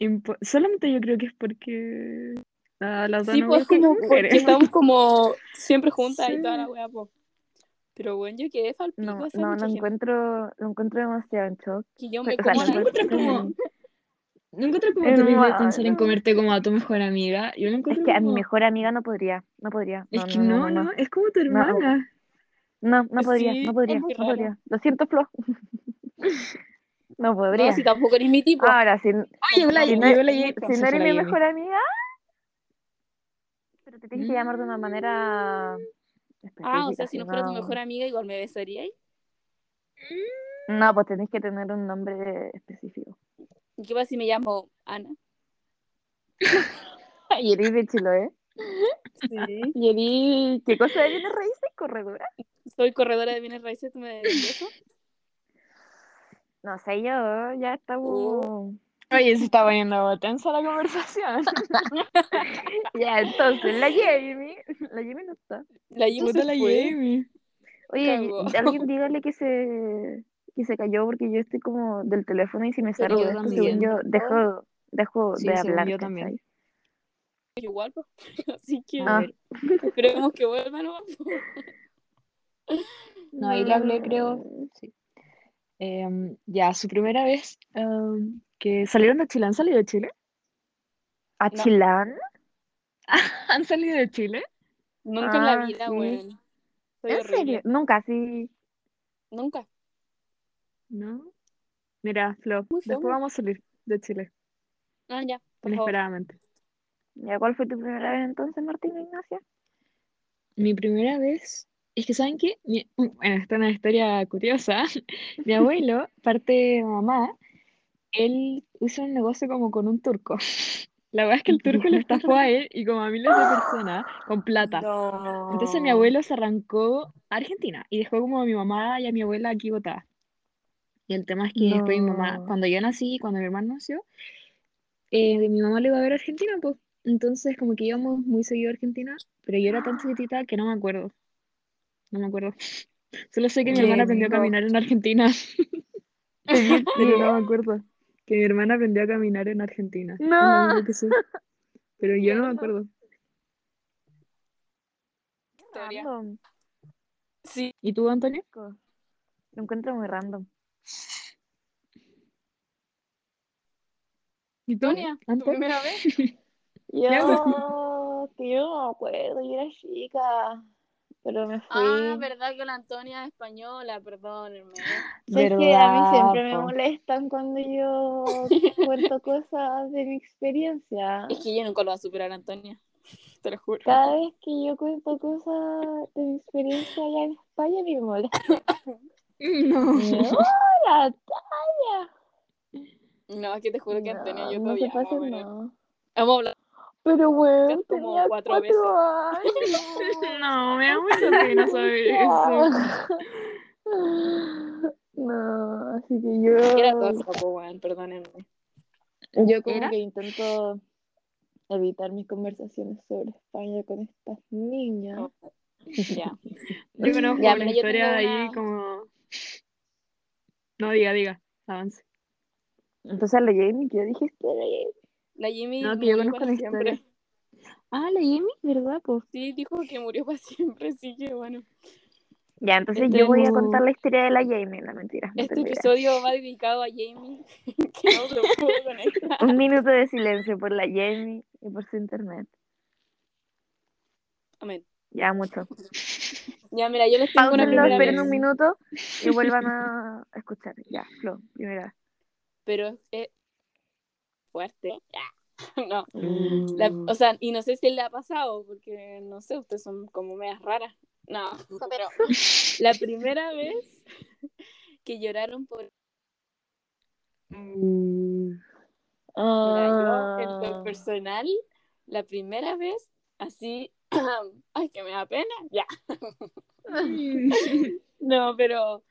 [SPEAKER 3] impo- Solamente yo creo que es porque... ah, las dos
[SPEAKER 2] Sí,
[SPEAKER 3] nos
[SPEAKER 2] pues
[SPEAKER 3] gustan
[SPEAKER 2] como
[SPEAKER 3] las
[SPEAKER 2] porque
[SPEAKER 3] mujeres.
[SPEAKER 2] estamos como siempre juntas y
[SPEAKER 3] Sí.
[SPEAKER 2] toda la wea, po. Pero bueno, yo quedé falpico,
[SPEAKER 1] No,
[SPEAKER 2] esa
[SPEAKER 1] no,
[SPEAKER 2] mucha
[SPEAKER 1] lo
[SPEAKER 2] gente
[SPEAKER 1] encuentro, lo encuentro demasiado en shock.
[SPEAKER 2] que yo me
[SPEAKER 1] o sea,
[SPEAKER 2] como
[SPEAKER 3] Como
[SPEAKER 1] no
[SPEAKER 2] a
[SPEAKER 3] no
[SPEAKER 2] la
[SPEAKER 1] encuentro-
[SPEAKER 3] encuentro como... No encuentro como
[SPEAKER 1] Es
[SPEAKER 3] terrible
[SPEAKER 1] malo.
[SPEAKER 3] pensar en comerte como a tu mejor amiga. Yo lo
[SPEAKER 1] Es
[SPEAKER 3] encuentro
[SPEAKER 1] que a mi
[SPEAKER 3] como...
[SPEAKER 1] mejor amiga no podría, no podría.
[SPEAKER 3] Es
[SPEAKER 1] No,
[SPEAKER 3] que
[SPEAKER 1] no,
[SPEAKER 3] no,
[SPEAKER 1] no, no, no.
[SPEAKER 3] es como tu
[SPEAKER 1] No.
[SPEAKER 3] hermana.
[SPEAKER 1] No, no podría,
[SPEAKER 2] Pues Sí,
[SPEAKER 1] no podría,
[SPEAKER 2] es muy
[SPEAKER 1] no
[SPEAKER 2] raro.
[SPEAKER 1] podría. Lo siento, Flo. No podría. Ah,
[SPEAKER 2] No, si tampoco eres mi tipo.
[SPEAKER 1] Ahora, si,
[SPEAKER 3] Oye, llegó la
[SPEAKER 1] si no,
[SPEAKER 3] llegó la
[SPEAKER 2] si
[SPEAKER 3] Jamie.
[SPEAKER 1] si
[SPEAKER 3] Se
[SPEAKER 1] no
[SPEAKER 3] fue
[SPEAKER 1] eres
[SPEAKER 3] la
[SPEAKER 1] mi
[SPEAKER 3] Jamie.
[SPEAKER 1] mejor amiga, pero te tienes que llamar de una manera
[SPEAKER 2] ah, o sea,
[SPEAKER 1] específica,
[SPEAKER 2] si no fuera tu mejor amiga, igual me besaría ahí.
[SPEAKER 1] No, pues tenés que tener un nombre específico.
[SPEAKER 2] ¿Y qué pasa si me llamo Ana?
[SPEAKER 1] Y eres de Chiloé.
[SPEAKER 2] Sí.
[SPEAKER 1] Y eres... ¿eh? ¿Qué cosa de bienes raíces? ¿Corredora?
[SPEAKER 2] Soy corredora de bienes raíces, ¿tú me dices eso?
[SPEAKER 1] No sé, yo ya estamos...
[SPEAKER 3] Oye, se está poniendo tensa la conversación.
[SPEAKER 1] Ya, entonces, la Jamie. La Jamie no está.
[SPEAKER 2] La Jimmy
[SPEAKER 3] Puta
[SPEAKER 2] se
[SPEAKER 3] la
[SPEAKER 2] fue.
[SPEAKER 3] Jamie.
[SPEAKER 1] Oye,
[SPEAKER 2] Cagó.
[SPEAKER 1] alguien dígale que se, que se cayó porque yo estoy como del teléfono y si me salgo
[SPEAKER 3] yo
[SPEAKER 1] de esto,
[SPEAKER 3] también.
[SPEAKER 1] según yo, dejo, dejo
[SPEAKER 3] Sí,
[SPEAKER 1] de
[SPEAKER 3] según
[SPEAKER 1] hablar.
[SPEAKER 3] yo también.
[SPEAKER 1] ¿cachai?
[SPEAKER 8] Mm.
[SPEAKER 2] Igual, po. Así que
[SPEAKER 3] A
[SPEAKER 1] Ah.
[SPEAKER 3] ver.
[SPEAKER 2] esperemos que vuelva, ¿no?
[SPEAKER 3] No, ahí le hablé, creo. Sí. Em, ya, su primera vez em, que salieron de Chile. ¿Han salido de Chile?
[SPEAKER 1] ¿A
[SPEAKER 2] No.
[SPEAKER 1] Chilán?
[SPEAKER 3] ¿Han salido de Chile?
[SPEAKER 2] Nunca en la
[SPEAKER 1] Ah,
[SPEAKER 2] vida,
[SPEAKER 1] sí.
[SPEAKER 2] weón. Soy
[SPEAKER 1] ¿En
[SPEAKER 2] horrible.
[SPEAKER 1] serio? Nunca, sí.
[SPEAKER 2] Nunca.
[SPEAKER 3] No. Mira, Flo,
[SPEAKER 2] Muy
[SPEAKER 3] después
[SPEAKER 2] fome.
[SPEAKER 3] vamos a salir de Chile,
[SPEAKER 2] Ah, ya, por favor.
[SPEAKER 3] inesperadamente.
[SPEAKER 1] ¿Ya cuál fue tu primera vez entonces, Martina Ignacia?
[SPEAKER 3] Mi primera vez, es que ¿saben qué? Mi- mm, bueno, esta es una historia curiosa. Mi abuelo, parte de mamá, él hizo un negocio como con un turco. La verdad es que el turco lo estafó a él y como a miles de personas con plata.
[SPEAKER 2] No.
[SPEAKER 3] Entonces mi abuelo se arrancó a Argentina y dejó como a mi mamá y a mi abuela aquí botadas. Y el tema es que después mi mamá,
[SPEAKER 1] No.
[SPEAKER 3] cuando yo nací y cuando mi hermano nació, eh, mi mamá le iba a ver a Argentina, pues. Entonces como que íbamos muy seguido a Argentina, pero yo era tan chiquitita que no me acuerdo. No me acuerdo. Solo sé que mi
[SPEAKER 1] Qué
[SPEAKER 3] hermana aprendió a
[SPEAKER 1] loco.
[SPEAKER 3] caminar en Argentina, pero no me acuerdo. Que mi hermana aprendió a caminar en Argentina. Es lo
[SPEAKER 1] No.
[SPEAKER 3] único que sé. Pero yo no me acuerdo.
[SPEAKER 2] Historia.
[SPEAKER 1] Random.
[SPEAKER 2] Sí,
[SPEAKER 3] ¿Y tú, Antonio?
[SPEAKER 1] Lo encuentro muy random.
[SPEAKER 3] ¿Y tú?
[SPEAKER 2] Antonia, tu
[SPEAKER 3] ¿Antonio?
[SPEAKER 2] primera vez.
[SPEAKER 3] Ya.
[SPEAKER 8] Yo, que yo no me acuerdo, yo era chica, pero me fui.
[SPEAKER 2] Ah, verdad que la Antonia es española, perdónenme.
[SPEAKER 8] Sé que a mí siempre me
[SPEAKER 3] Verdad, po.
[SPEAKER 8] molestan cuando yo cuento cosas de mi experiencia.
[SPEAKER 2] Es que yo nunca lo voy a superar, Antonia. Te lo juro.
[SPEAKER 8] Cada vez que yo cuento cosas de mi experiencia allá en España, me molestan.
[SPEAKER 3] No.
[SPEAKER 8] ¡Hola!
[SPEAKER 2] No, es que te juro que Antonia yo
[SPEAKER 8] no
[SPEAKER 2] todavía
[SPEAKER 8] se
[SPEAKER 2] amo,
[SPEAKER 8] pasen
[SPEAKER 2] weón.
[SPEAKER 8] nada.
[SPEAKER 2] Amo hablar
[SPEAKER 8] Pero bueno,
[SPEAKER 2] podcast como
[SPEAKER 8] tenía
[SPEAKER 2] cuatro
[SPEAKER 8] cuatro
[SPEAKER 2] veces.
[SPEAKER 8] años.
[SPEAKER 3] No, me da mucha pena saber eso.
[SPEAKER 8] No, así que yo.
[SPEAKER 2] Era todo sapo, pues, weón, perdónenme.
[SPEAKER 8] Yo como
[SPEAKER 3] ¿Era?
[SPEAKER 8] que intento evitar mis conversaciones sobre España con estas niñas.
[SPEAKER 2] Oh, Ya.
[SPEAKER 3] Yo conozco
[SPEAKER 2] Ya,
[SPEAKER 3] una
[SPEAKER 2] mira, yo
[SPEAKER 3] historia de
[SPEAKER 2] tengo
[SPEAKER 3] ahí
[SPEAKER 2] una-
[SPEAKER 3] como. No, diga, diga, avance.
[SPEAKER 1] Entonces, la Jamie, que yo dije,
[SPEAKER 8] Pero eh,
[SPEAKER 2] La Jimmy
[SPEAKER 3] No, que yo
[SPEAKER 2] murió
[SPEAKER 3] conozco
[SPEAKER 2] para
[SPEAKER 3] la historia.
[SPEAKER 2] siempre.
[SPEAKER 3] Ah, la Jamie, ¿verdad? Pues.
[SPEAKER 2] Sí, dijo que murió para siempre, así que bueno.
[SPEAKER 1] ya, entonces
[SPEAKER 2] Este
[SPEAKER 1] yo voy a
[SPEAKER 3] no.
[SPEAKER 1] contar la historia de la Jamie, la mentira. no
[SPEAKER 2] Este
[SPEAKER 1] tengo idea.
[SPEAKER 2] episodio va dedicado a Jamie, que no se pudo conectar.
[SPEAKER 1] Un minuto de silencio por la Jamie y por su internet.
[SPEAKER 2] Amén.
[SPEAKER 1] Ya, mucho.
[SPEAKER 2] Ya, mira, yo les tengo una
[SPEAKER 1] Pausenlo,
[SPEAKER 2] primera
[SPEAKER 1] esperen
[SPEAKER 2] vez.
[SPEAKER 1] un minuto y vuelvan a escuchar. Ya, Flo, primera.
[SPEAKER 2] Pero eh, fuerte. Ah, No,
[SPEAKER 3] Mm.
[SPEAKER 2] la- o sea, y no sé si le ha pasado, porque no sé, ustedes son como medias raras. No, pero la primera vez que lloraron por Mira, yo, en lo personal, la primera vez, así, ay, que me da pena, ya. No, pero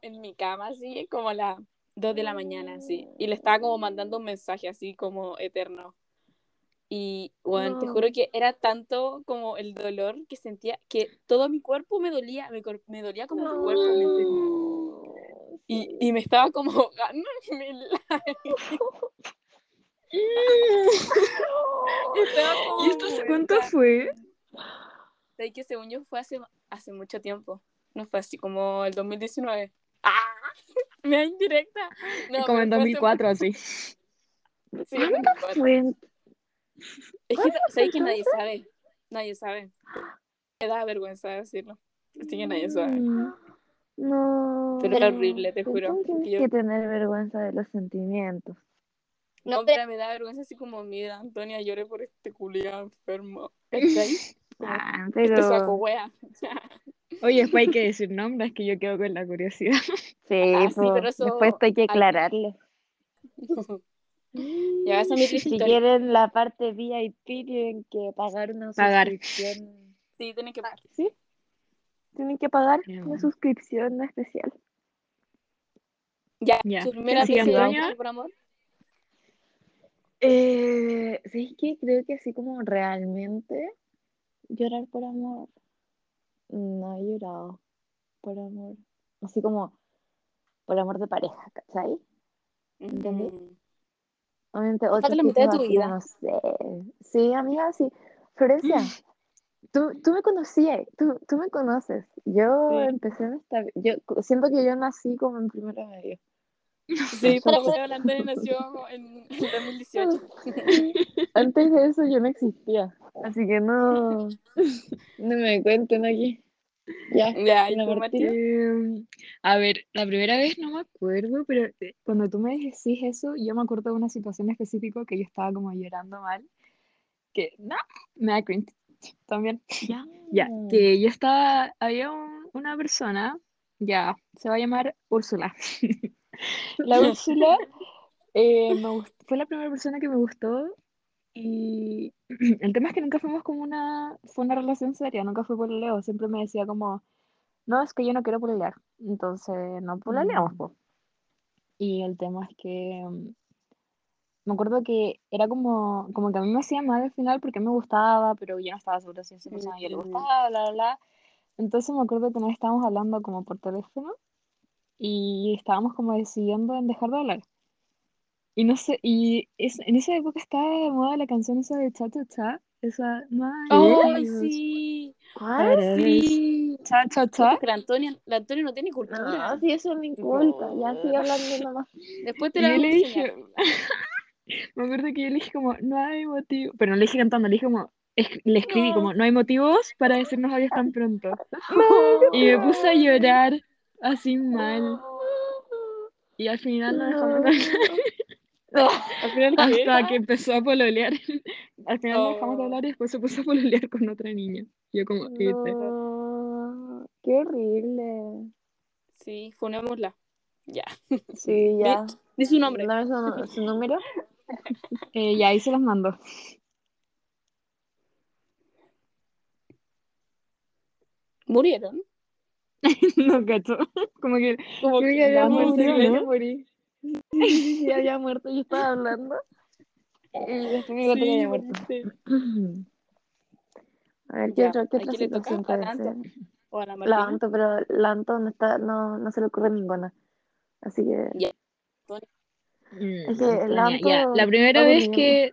[SPEAKER 2] en mi cama, así, como a las 2 de la mañana, así, y le estaba como mandando un mensaje, así, como eterno. Y, bueno, te juro que era tanto como el dolor que sentía, que todo mi cuerpo me dolía, me, cor- me dolía como mi cuerpo, ¿me entendí? y, y me estaba como ahogando en mi Estaba como
[SPEAKER 3] ¿Y esto hace
[SPEAKER 2] muerta.
[SPEAKER 3] cuánto fue?
[SPEAKER 2] Sé que según yo fue hace, hace mucho tiempo. No fue así como el 2019. ¡Ah! Me da indirecta. No,
[SPEAKER 3] Como
[SPEAKER 2] pero
[SPEAKER 3] en
[SPEAKER 2] fue hace
[SPEAKER 3] 2004, así.
[SPEAKER 2] mu- sí, 2004. Es que sé que nadie sabe. Nadie sabe. Me da vergüenza decirlo. Así que nadie
[SPEAKER 3] Mm.
[SPEAKER 2] sabe.
[SPEAKER 1] No.
[SPEAKER 2] Pero era horrible, te
[SPEAKER 1] Tú
[SPEAKER 2] juro.
[SPEAKER 1] Tienes
[SPEAKER 2] que yo-
[SPEAKER 1] que tener vergüenza de los sentimientos.
[SPEAKER 2] No, pero me da vergüenza así como, mira, Antonia, lloré por este culiado enfermo. ¿Cachai?
[SPEAKER 1] Ah,
[SPEAKER 2] Este saco
[SPEAKER 1] pero.
[SPEAKER 2] wea.
[SPEAKER 3] Oye, después hay que decir nombres, que yo quedo con la curiosidad.
[SPEAKER 1] Sí,
[SPEAKER 2] Ah, sí,
[SPEAKER 1] po,
[SPEAKER 2] pero eso-
[SPEAKER 1] después hay que
[SPEAKER 2] al-
[SPEAKER 1] aclararlo.
[SPEAKER 2] Ya esa es mi triste
[SPEAKER 1] Si
[SPEAKER 2] historia.
[SPEAKER 1] quieren la parte VIP, tienen que pagar una
[SPEAKER 3] Pagar.
[SPEAKER 1] suscripción.
[SPEAKER 2] Sí, tienen que pagar.
[SPEAKER 1] Tienen que pagar
[SPEAKER 3] Ya,
[SPEAKER 1] una
[SPEAKER 3] bueno.
[SPEAKER 1] suscripción especial.
[SPEAKER 2] Ya,
[SPEAKER 3] Ya.
[SPEAKER 2] su primera
[SPEAKER 3] Sí,
[SPEAKER 2] vez que
[SPEAKER 3] Antonia.
[SPEAKER 2] lloraste por amor.
[SPEAKER 1] Eh, ¿Sabéis qué? Creo que así como realmente llorar por amor. No he llorado por amor. Así como por amor de pareja, ¿cachai? ¿Entendí?
[SPEAKER 2] Mm.
[SPEAKER 1] Obviamente, otros
[SPEAKER 2] falta la mitad de
[SPEAKER 1] tipos
[SPEAKER 2] tu
[SPEAKER 1] así
[SPEAKER 2] vida.
[SPEAKER 1] como, No sé. Sí, amiga, sí. Florencia,
[SPEAKER 2] Mm.
[SPEAKER 1] tú, tú me conocías, tú, tú me conoces. Yo
[SPEAKER 2] Sí.
[SPEAKER 1] empecé en esta. Yo siento que yo nací como en primera medio.
[SPEAKER 2] Sí, pero Mateo Lantonia nació en el 2018.
[SPEAKER 1] Antes de eso yo no existía. Así que no.
[SPEAKER 3] No me cuenten aquí.
[SPEAKER 1] Ya.
[SPEAKER 2] Ya, ¿y
[SPEAKER 1] ¿La
[SPEAKER 2] tú,
[SPEAKER 1] Martina?
[SPEAKER 2] Martín?
[SPEAKER 3] em, a ver, la primera vez no me acuerdo, pero eh, cuando tú me decís eso, yo me acuerdo de una situación específica que yo estaba como llorando mal, que no, me da cringe también.
[SPEAKER 1] Ya.
[SPEAKER 3] Ya,
[SPEAKER 1] Mm.
[SPEAKER 3] que yo estaba, había un- una persona, ya, se va a llamar Úrsula. La Úrsula eh, me gust- fue la primera persona que me gustó y el tema es que nunca fuimos como una, fue una relación seria, nunca fue pololeo, siempre me decía como, no, es que yo no quiero pololear, entonces no pololeamos, po. Y el tema es que mm, me acuerdo que era como, como que a mí me hacía mal al final porque me gustaba, pero yo no estaba segura si a esa persona yo le
[SPEAKER 2] Mm.
[SPEAKER 3] gustaba, bla, bla, bla. Entonces me acuerdo que nos estábamos hablando como por teléfono y estábamos como decidiendo en dejar de hablar. Y no sé, y es- en esa época estaba de moda la canción esa de Cha Cha Cha, esa, no
[SPEAKER 2] ¡Ay, sí! ¡Ah,
[SPEAKER 1] ¿Cuál?
[SPEAKER 2] Sí.
[SPEAKER 3] Cha Cha Cha.
[SPEAKER 2] Pero Antonia, la Antonia no tiene
[SPEAKER 1] No,
[SPEAKER 2] cultura.
[SPEAKER 1] sí, eso es mi culpa. Ya sigo hablando nomás.
[SPEAKER 2] Después te
[SPEAKER 3] Y
[SPEAKER 2] la
[SPEAKER 3] yo
[SPEAKER 2] voy
[SPEAKER 3] le
[SPEAKER 2] a enseñar.
[SPEAKER 3] dije, me acuerdo que yo le dije como, no hay motivo, pero no le dije cantando, le dije como, es- le escribí
[SPEAKER 2] No.
[SPEAKER 3] como, no hay motivos para decirnos adiós tan pronto. Y me puse a llorar así mal. Y al final no dejamos de hablar,
[SPEAKER 2] Al final, ¿qué?
[SPEAKER 3] hasta que empezó a pololear. Al final no dejamos de
[SPEAKER 2] Oh.
[SPEAKER 3] hablar y después se puso a pololear con otra niña. Yo como, "Ete".
[SPEAKER 1] No, qué horrible.
[SPEAKER 2] Sí, funémosla. Ya.
[SPEAKER 1] Sí, ya.
[SPEAKER 2] Di su nombre.
[SPEAKER 1] Dame su, su número.
[SPEAKER 3] Eh, y ahí se los mandó.
[SPEAKER 2] ¿Murieron?
[SPEAKER 3] No cacho. Como que,
[SPEAKER 2] Como
[SPEAKER 3] creo
[SPEAKER 2] que
[SPEAKER 3] que había
[SPEAKER 1] ya
[SPEAKER 3] muerto,
[SPEAKER 1] murió,
[SPEAKER 3] creo que
[SPEAKER 1] ¿no?
[SPEAKER 3] morí.
[SPEAKER 1] Sí, ya había muerto, yo estaba hablando.
[SPEAKER 3] Y después me
[SPEAKER 2] Sí,
[SPEAKER 3] dijo que había muerto.
[SPEAKER 2] sí.
[SPEAKER 1] A ver,
[SPEAKER 2] Ya,
[SPEAKER 1] ¿qué otra, qué otra
[SPEAKER 2] ¿a quién le toca?
[SPEAKER 1] situación
[SPEAKER 2] ¿A
[SPEAKER 1] puede
[SPEAKER 2] Lanto?
[SPEAKER 1] ser?
[SPEAKER 2] O a la
[SPEAKER 1] La
[SPEAKER 2] Martina.
[SPEAKER 1] Anto, pero la Anto no, está, no, no se le ocurre ninguna. Así que.
[SPEAKER 3] Mm,
[SPEAKER 1] que el
[SPEAKER 3] Antonia, ya,
[SPEAKER 1] Anto
[SPEAKER 3] La primera
[SPEAKER 1] va
[SPEAKER 3] vez
[SPEAKER 1] volviendo.
[SPEAKER 3] que.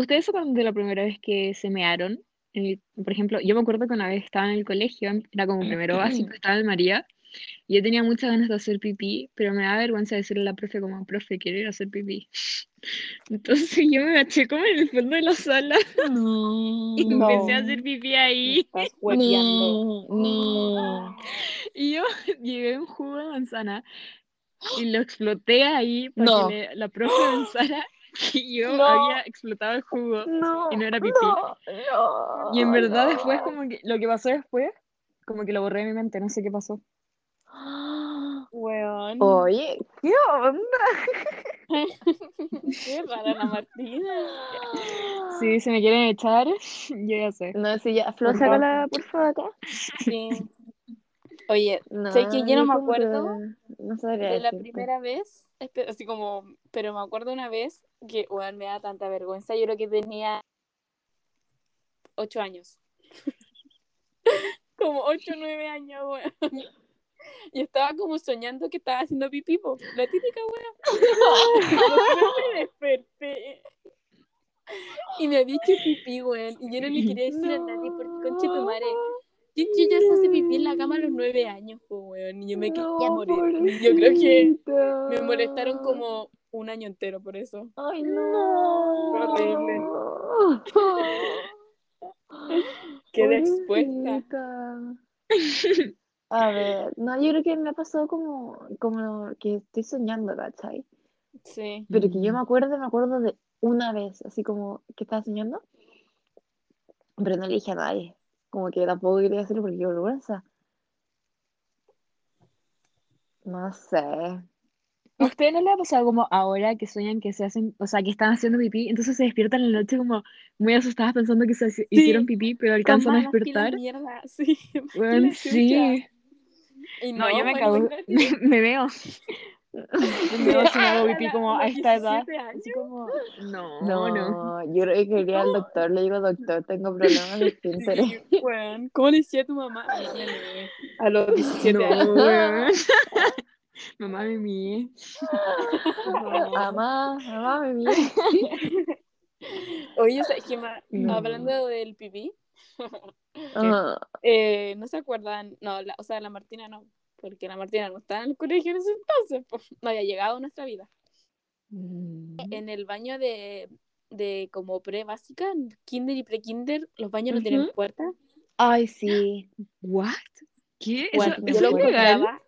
[SPEAKER 3] ¿Ustedes se acuerdan de la primera vez que se mearon? En el- por ejemplo, yo me acuerdo que una vez estaba en el colegio, era como primero básico, estaba en María, y yo tenía muchas ganas de hacer pipí, pero me da vergüenza decirle a la profe como, profe, quiero ir a hacer pipí. Entonces yo me agaché como en el fondo de la sala y empecé a hacer pipí ahí.
[SPEAKER 2] Estás hueveando.
[SPEAKER 3] Y yo llevé un jugo de manzana y lo exploté ahí para
[SPEAKER 4] No.
[SPEAKER 3] que le- la profe pensara que yo
[SPEAKER 1] No.
[SPEAKER 3] había explotado el jugo
[SPEAKER 1] No,
[SPEAKER 3] y no era pipí.
[SPEAKER 1] no, no,
[SPEAKER 3] y en verdad
[SPEAKER 1] no.
[SPEAKER 3] después como que lo que pasó después como que lo borré de mi mente, no sé qué pasó.
[SPEAKER 2] Weón.
[SPEAKER 1] Oye, ¿qué onda?
[SPEAKER 2] Qué rara la Martina.
[SPEAKER 1] Ah.
[SPEAKER 3] Si se me quieren echar, yo ya sé.
[SPEAKER 1] No, si ya, Flo,
[SPEAKER 3] Por
[SPEAKER 1] saca
[SPEAKER 3] favor.
[SPEAKER 1] la porfa de acá.
[SPEAKER 2] Sí. Oye,
[SPEAKER 1] No,
[SPEAKER 2] Sé que yo no me
[SPEAKER 1] como
[SPEAKER 2] acuerdo
[SPEAKER 1] que no sabría
[SPEAKER 2] de la
[SPEAKER 1] decirte.
[SPEAKER 2] primera vez, espe- así como, pero me acuerdo una vez que, weón, me da tanta vergüenza. Yo creo que tenía ocho años. como ocho, nueve años, weón. Y estaba como soñando que estaba haciendo pipí, po, la típica weón. me desperté. Y me había hecho pipí, weón. Y yo no le quería decir a nadie porque, conche tu madre. Yo, yo ya se hace pipí en la cama a los nueve años, po, weón. Y yo me quería morir. Yo creo que me molestaron como un año entero por eso.
[SPEAKER 1] Ay, no.
[SPEAKER 2] Fue horrible. Quedé expuesta.
[SPEAKER 1] Pobrecita. A ver, no, yo creo que me ha pasado como, como que estoy soñando, ¿cachai?
[SPEAKER 2] Sí.
[SPEAKER 1] Pero que yo
[SPEAKER 3] Mm.
[SPEAKER 1] me acuerdo, me acuerdo de una vez, así como que estaba soñando, pero no le dije a nadie. Como que tampoco quería hacerlo porque yo vergüenza. No sé.
[SPEAKER 3] ¿A ustedes no les ha pasado como ahora que sueñan que se hacen, o sea, que están haciendo pipí, entonces se despiertan en la noche como muy asustadas pensando que se haci- hicieron pipí, pero alcanzan a
[SPEAKER 2] Con más las pilas
[SPEAKER 3] despertar?
[SPEAKER 2] mierda, sí. más que
[SPEAKER 3] Weón,
[SPEAKER 2] la chucha.
[SPEAKER 3] sí.
[SPEAKER 2] Y
[SPEAKER 3] No, yo me
[SPEAKER 2] bueno,
[SPEAKER 3] cago,
[SPEAKER 2] imagínate,
[SPEAKER 3] me, me veo. Me veo si me hago
[SPEAKER 2] a
[SPEAKER 3] pipí
[SPEAKER 2] la-
[SPEAKER 3] como a
[SPEAKER 2] los
[SPEAKER 3] esta edad.
[SPEAKER 2] 17 años.
[SPEAKER 3] Así como, no,
[SPEAKER 1] No,
[SPEAKER 3] no.
[SPEAKER 1] yo creo que iría al doctor, le digo, doctor, tengo problemas de esfínteres.
[SPEAKER 2] Sí, weón. ¿Cómo le decía a tu mamá? Mamá me meé. A los 17
[SPEAKER 3] No,
[SPEAKER 2] años.
[SPEAKER 3] weón. Mamá me mía.
[SPEAKER 1] Mamá, mamá, me mira.
[SPEAKER 3] Ah,
[SPEAKER 2] Oye, o sea, que ma-
[SPEAKER 1] No.
[SPEAKER 2] hablando del pipí,
[SPEAKER 1] Ah,
[SPEAKER 2] eh, no se acuerdan, no, la- o sea, la Martina no, porque la Martina no estaba en el colegio en ese entonces, po. no había llegado a nuestra vida. En el baño de, de como pre-básica, kinder y pre-kinder, los baños no tienen
[SPEAKER 3] Ujú.
[SPEAKER 2] puerta.
[SPEAKER 1] Ay, sí.
[SPEAKER 3] ¿What? ¿Qué? ¿Eso,
[SPEAKER 2] Bueno,
[SPEAKER 1] no
[SPEAKER 2] yo
[SPEAKER 3] eso
[SPEAKER 2] lo
[SPEAKER 3] es
[SPEAKER 1] recuerdo.
[SPEAKER 3] ilegal?
[SPEAKER 2] encontraba,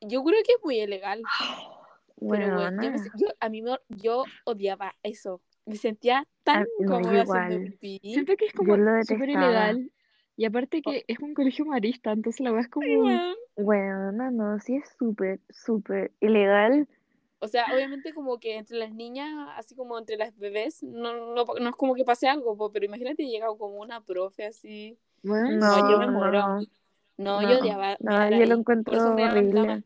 [SPEAKER 2] yo creo que es muy ilegal, pero
[SPEAKER 1] Bueno,
[SPEAKER 2] bueno, yo, me- yo- a mí me- yo odiaba eso, me sentía tan
[SPEAKER 9] Ah, no, yo
[SPEAKER 2] cómoda haciendo
[SPEAKER 9] igual.
[SPEAKER 2] pipí.
[SPEAKER 3] Siento que es
[SPEAKER 9] Yo
[SPEAKER 3] como
[SPEAKER 9] lo
[SPEAKER 3] súper
[SPEAKER 9] detestaba.
[SPEAKER 3] ilegal. Y aparte que es un colegio marista, entonces la verdad es como...
[SPEAKER 2] Weón.
[SPEAKER 9] Bueno, no, sí es súper, súper ilegal.
[SPEAKER 2] O sea, obviamente como que entre las niñas, así como entre las bebés, no, no, no es como que pase algo, po, pero imagínate llega como una profe así.
[SPEAKER 3] Bueno,
[SPEAKER 2] No, yo me
[SPEAKER 9] No,
[SPEAKER 2] muero.
[SPEAKER 9] no,
[SPEAKER 2] No,
[SPEAKER 9] no,
[SPEAKER 2] yo odiaba
[SPEAKER 9] no,
[SPEAKER 2] mear
[SPEAKER 9] yo lo
[SPEAKER 2] ahí. Por eso
[SPEAKER 9] encuentro
[SPEAKER 2] me daban
[SPEAKER 9] horrible.
[SPEAKER 2] cama.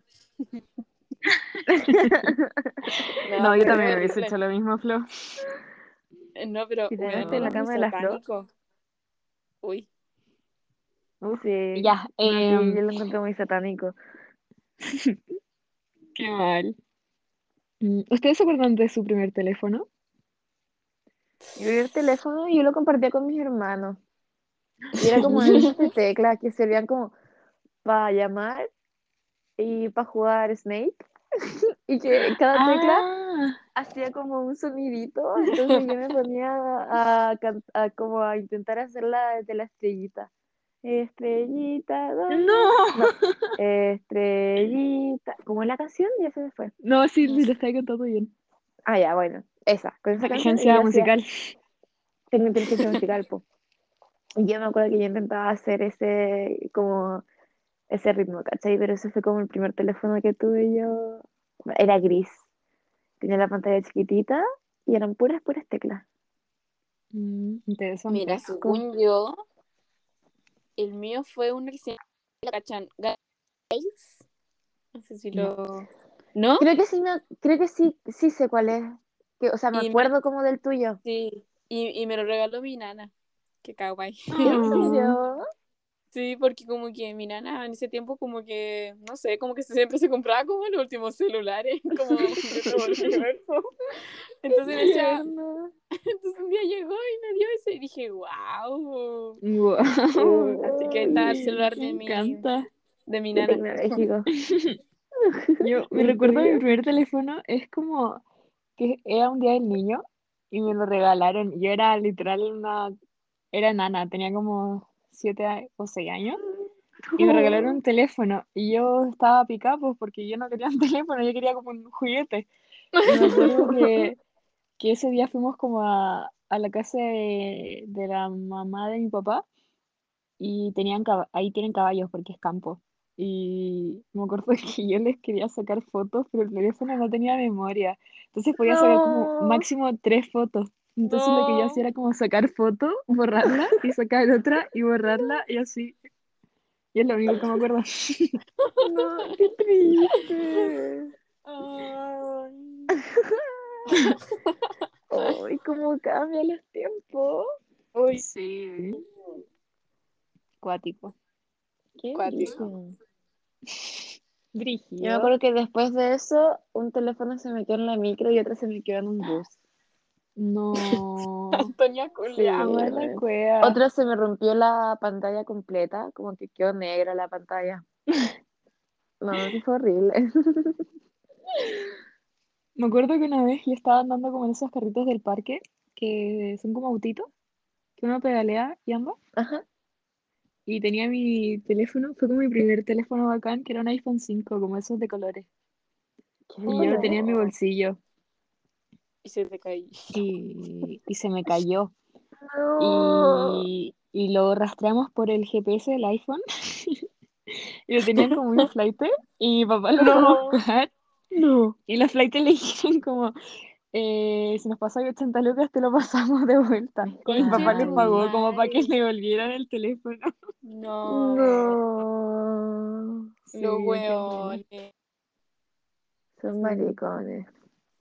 [SPEAKER 2] No,
[SPEAKER 3] No, yo
[SPEAKER 2] pero
[SPEAKER 3] también
[SPEAKER 2] horrible.
[SPEAKER 3] hubiese hecho lo mismo, Flo.
[SPEAKER 2] No, pero
[SPEAKER 9] Si te
[SPEAKER 2] weón,
[SPEAKER 3] metes en
[SPEAKER 2] el
[SPEAKER 3] la
[SPEAKER 2] baño
[SPEAKER 9] cama de las dos.
[SPEAKER 2] satánico. Uy.
[SPEAKER 9] Sí,
[SPEAKER 3] Ya,
[SPEAKER 9] no, sí,
[SPEAKER 3] em,
[SPEAKER 9] yo lo encuentro muy satánico.
[SPEAKER 3] qué mal. Mm, ¿Ustedes se acuerdan de su primer teléfono?
[SPEAKER 1] Yo el teléfono yo lo compartía con mis hermanos. Y era como esas de teclas que servían como para llamar y para jugar Snake. Y que cada tecla
[SPEAKER 3] Ah,
[SPEAKER 1] hacía como un sonidito. Entonces yo me ponía a, can- a como a intentar hacerla de la estrellita. Estrellita, ¿dónde
[SPEAKER 3] no.
[SPEAKER 1] Estrellita. ¿Cómo es la canción? Ya se me fue.
[SPEAKER 3] No, sí, sí, lo estaba contando bien.
[SPEAKER 1] Ah, ya, bueno. Esa, con esa canción. y
[SPEAKER 3] Inteligencia
[SPEAKER 1] yo hacía-
[SPEAKER 3] musical.
[SPEAKER 1] Tengo inteligencia musical, po. Y yo me acuerdo que yo intentaba hacer ese, como, ese ritmo, ¿cachai? Pero ese fue como el primer teléfono que tuve yo. Era gris. Tenía la pantalla chiquitita y eran puras, puras teclas.
[SPEAKER 3] Mm, interesante.
[SPEAKER 2] Mira, según yo, el mío fue un recién... ¿La cachan? ¿Gays? No sé si lo... ¿No?
[SPEAKER 1] Creo que sí, me- creo que sí, sí sé cuál es. Que, o sea, me
[SPEAKER 2] Y me-
[SPEAKER 1] acuerdo como del tuyo.
[SPEAKER 2] Sí. Y, y me lo regaló mi nana. Qué kawaii.
[SPEAKER 1] ¿En serio?
[SPEAKER 2] Sí, porque como que mi nana en ese tiempo como que, no sé, como que siempre se compraba como los últimos celulares, como de todo el universo. Entonces, me decía-
[SPEAKER 1] Tierno.
[SPEAKER 2] entonces un día llegó y me dio ese y dije, wow.
[SPEAKER 3] Wow.
[SPEAKER 2] Así que ahí está el celular
[SPEAKER 3] Me
[SPEAKER 2] de mi,
[SPEAKER 3] encanta.
[SPEAKER 2] de mi
[SPEAKER 1] Qué
[SPEAKER 2] nana.
[SPEAKER 1] tecnológico.
[SPEAKER 3] Yo me
[SPEAKER 1] ¿En
[SPEAKER 3] recuerdo mi
[SPEAKER 1] serio?
[SPEAKER 3] primer teléfono, es como que era un día del niño y me lo regalaron. Yo era literal una, era nana, tenía como siete a- o seis años y me regalaron un teléfono y yo estaba picada pues, porque yo no quería un teléfono, yo quería como un juguete. Y me acuerdo que, que ese día fuimos como a, a la casa de, de la mamá de mi papá y tenían cab- ahí tienen caballos porque es campo. Y me acuerdo que yo les quería sacar fotos, pero el teléfono no tenía memoria. Entonces podía sacar como
[SPEAKER 9] No.
[SPEAKER 3] máximo tres fotos. Entonces lo que yo
[SPEAKER 2] No.
[SPEAKER 3] hacía era como sacar foto, borrarla y sacar otra y borrarla y así. Y es lo único que me acuerdo.
[SPEAKER 9] No, qué triste.
[SPEAKER 2] Ay.
[SPEAKER 1] Ay, cómo cambia los tiempos.
[SPEAKER 2] Uy,
[SPEAKER 3] Sí. Cuático.
[SPEAKER 1] Qué
[SPEAKER 2] Cuático.
[SPEAKER 1] brillo. Yo me
[SPEAKER 3] Brígido.
[SPEAKER 1] acuerdo que después de eso, un teléfono se me quedó en la micro y otro se me quedó en un bus.
[SPEAKER 3] No.
[SPEAKER 2] Antonia Culia.
[SPEAKER 1] Sí.
[SPEAKER 3] Amar la
[SPEAKER 1] bueno.
[SPEAKER 3] cueva.
[SPEAKER 2] Ah.
[SPEAKER 1] Otro se me rompió la pantalla completa, como que quedó negra la pantalla. No, sí fue horrible.
[SPEAKER 3] Me acuerdo que una vez yo estaba andando como en esos carritos del parque, que son como autitos, que uno pedalea y ambos.
[SPEAKER 1] Ajá.
[SPEAKER 3] Y tenía mi teléfono, fue como mi primer teléfono bacán, que era un iPhone 5, como esos de colores. Y yo lo tenía en mi bolsillo
[SPEAKER 2] Y se te caí.
[SPEAKER 3] y, y se me cayó.
[SPEAKER 9] No.
[SPEAKER 3] Y, y lo rastreamos por el GPS del iPhone y lo tenían como un flight y mi papá lo fue a
[SPEAKER 2] No.
[SPEAKER 3] buscar. Y los flight le dijeron como, eh, si nos pasó 80 lucas te lo pasamos de vuelta. Y mi papá les
[SPEAKER 1] Ay.
[SPEAKER 3] pagó como para que le volvieran el teléfono.
[SPEAKER 2] No.
[SPEAKER 9] No.
[SPEAKER 2] Los
[SPEAKER 3] Sí, qué pena.
[SPEAKER 2] hueones.
[SPEAKER 1] Son
[SPEAKER 9] Sí.
[SPEAKER 1] maricones.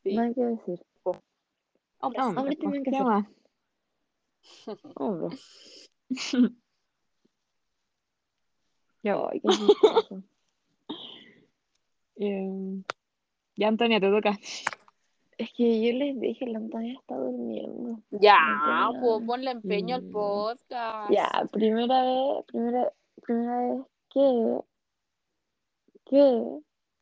[SPEAKER 2] Sí.
[SPEAKER 1] No hay que decir.
[SPEAKER 2] Hombres.
[SPEAKER 3] No,
[SPEAKER 1] Hombres
[SPEAKER 3] pues,
[SPEAKER 1] tenían que
[SPEAKER 3] ¿qué
[SPEAKER 1] ser.
[SPEAKER 3] más? Oh,
[SPEAKER 1] Hombres.
[SPEAKER 3] Yo.
[SPEAKER 1] Ay, qué chistoso.
[SPEAKER 3] Eh, ya, Antonia, te toca.
[SPEAKER 1] Es que yo les dije, la Antonia está durmiendo.
[SPEAKER 2] Ya,
[SPEAKER 1] No puede
[SPEAKER 2] pues
[SPEAKER 1] nada.
[SPEAKER 2] ponle empeño al
[SPEAKER 1] Mm.
[SPEAKER 2] podcast.
[SPEAKER 1] Ya, primera vez, primera, primera vez que, que,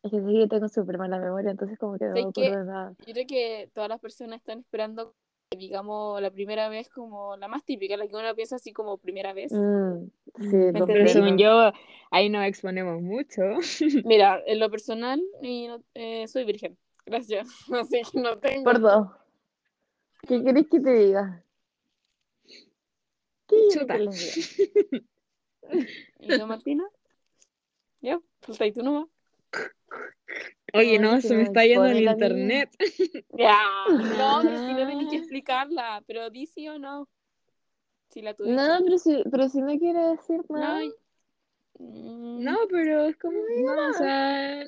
[SPEAKER 1] es que sí, yo tengo súper mala memoria, entonces como que no me
[SPEAKER 2] Sé
[SPEAKER 1] acuerdo
[SPEAKER 2] que-
[SPEAKER 1] de nada.
[SPEAKER 2] Yo creo que todas las personas están esperando, que, digamos, la primera vez como la más típica, la que uno piensa así como primera vez.
[SPEAKER 1] Mm, sí,
[SPEAKER 3] Mm,
[SPEAKER 2] ¿Me
[SPEAKER 3] Pero según
[SPEAKER 1] comprendo.
[SPEAKER 3] yo, ahí nos exponemos mucho.
[SPEAKER 2] Mira, en lo personal, y no- eh, soy virgen. Gracias. Así que no tengo.
[SPEAKER 1] Por dos. ¿Qué querés que te diga? ¿Qué quieren
[SPEAKER 3] Chuta.
[SPEAKER 1] que les diga?
[SPEAKER 2] ¿Y tú, Martina? Ya, falta y tú nomás.
[SPEAKER 3] Oye,
[SPEAKER 1] Ay,
[SPEAKER 3] no,
[SPEAKER 1] es que
[SPEAKER 3] se me
[SPEAKER 1] no
[SPEAKER 3] está yendo el
[SPEAKER 1] expone la mía.
[SPEAKER 3] internet.
[SPEAKER 2] Ya. No, pero si no tenés que explicarla, pero di sí o no. Si la tuviste.
[SPEAKER 1] No, pero si, pero si no quiere decir nada.
[SPEAKER 2] No. Mm,
[SPEAKER 3] No, pero es como, no, o sea,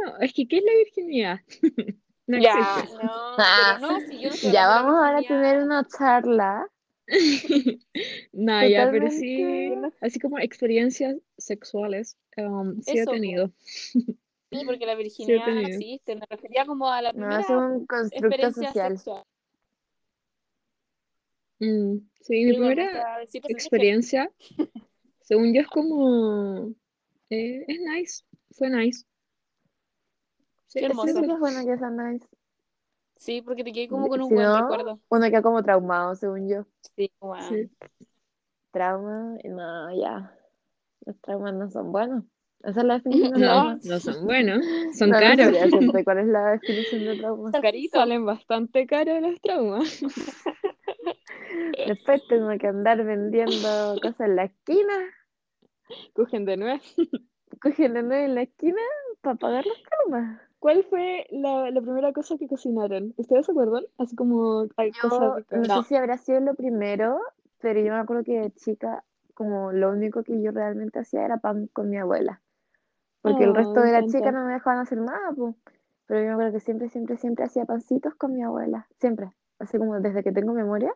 [SPEAKER 3] no, es que ¿qué es la virginidad? No
[SPEAKER 2] Ya,
[SPEAKER 3] existe.
[SPEAKER 2] no,
[SPEAKER 1] Ah.
[SPEAKER 2] pero no, si yo no estoy
[SPEAKER 1] Ya
[SPEAKER 2] hablando de
[SPEAKER 1] vamos
[SPEAKER 2] la
[SPEAKER 1] ahora a
[SPEAKER 2] virginidad.
[SPEAKER 1] tener una charla.
[SPEAKER 3] No, ya, pero
[SPEAKER 1] Totalmente.
[SPEAKER 3] sí, así como experiencias sexuales, um, sí he
[SPEAKER 2] Eso, po.
[SPEAKER 3] tenido.
[SPEAKER 2] Sí, porque la virginidad no
[SPEAKER 3] tenido.
[SPEAKER 2] existe. Me refería como a la
[SPEAKER 1] No,
[SPEAKER 2] primera
[SPEAKER 1] es un constructo
[SPEAKER 2] experiencia
[SPEAKER 1] social.
[SPEAKER 2] sexual.
[SPEAKER 3] Mm, sí, mi
[SPEAKER 2] Yo no
[SPEAKER 3] primera
[SPEAKER 2] nunca decir virgen.
[SPEAKER 3] experiencia, según yo, es como, eh, es nice, fue nice. Sí,
[SPEAKER 2] Qué
[SPEAKER 3] eso es
[SPEAKER 1] Sí,
[SPEAKER 2] hermoso.
[SPEAKER 3] lo-
[SPEAKER 1] que es bueno que sea nice.
[SPEAKER 2] Sí, porque te quedé como con un
[SPEAKER 1] Si
[SPEAKER 2] buen
[SPEAKER 1] no,
[SPEAKER 2] recuerdo.
[SPEAKER 1] uno queda como traumado, según yo.
[SPEAKER 2] Sí, ah, guau.
[SPEAKER 3] sí.
[SPEAKER 1] Trauma, y no, ya. Los traumas no son buenos. Esa es la definición de
[SPEAKER 3] Ah,
[SPEAKER 1] trauma.
[SPEAKER 3] No,
[SPEAKER 2] No,
[SPEAKER 3] no son buenos, son
[SPEAKER 1] No, no
[SPEAKER 3] caros.
[SPEAKER 1] sabría decirte cuál es la definición de trauma.
[SPEAKER 2] tan carito.
[SPEAKER 3] Salen bastante caros los traumas.
[SPEAKER 1] Después tengo que andar vendiendo cosas en la esquina.
[SPEAKER 3] Cogen de nuevo.
[SPEAKER 1] Cogen de nuevo en la esquina para pagar los traumas.
[SPEAKER 3] ¿Cuál fue la, la primera cosa que cocinaron? ¿Ustedes se acuerdan? Así como hay cosas
[SPEAKER 1] Yo
[SPEAKER 3] ricas.
[SPEAKER 1] no,
[SPEAKER 3] No.
[SPEAKER 1] sé si habrá sido lo primero, pero yo me acuerdo que de chica, como lo único que yo realmente hacía era pan con mi abuela. Porque el
[SPEAKER 3] Oh,
[SPEAKER 1] resto
[SPEAKER 3] me
[SPEAKER 1] de la
[SPEAKER 3] encanta.
[SPEAKER 1] chica no me dejaban hacer nada, po. Pero yo me acuerdo que siempre, siempre, siempre hacía pancitos con mi abuela. Siempre. Así como desde que tengo memoria,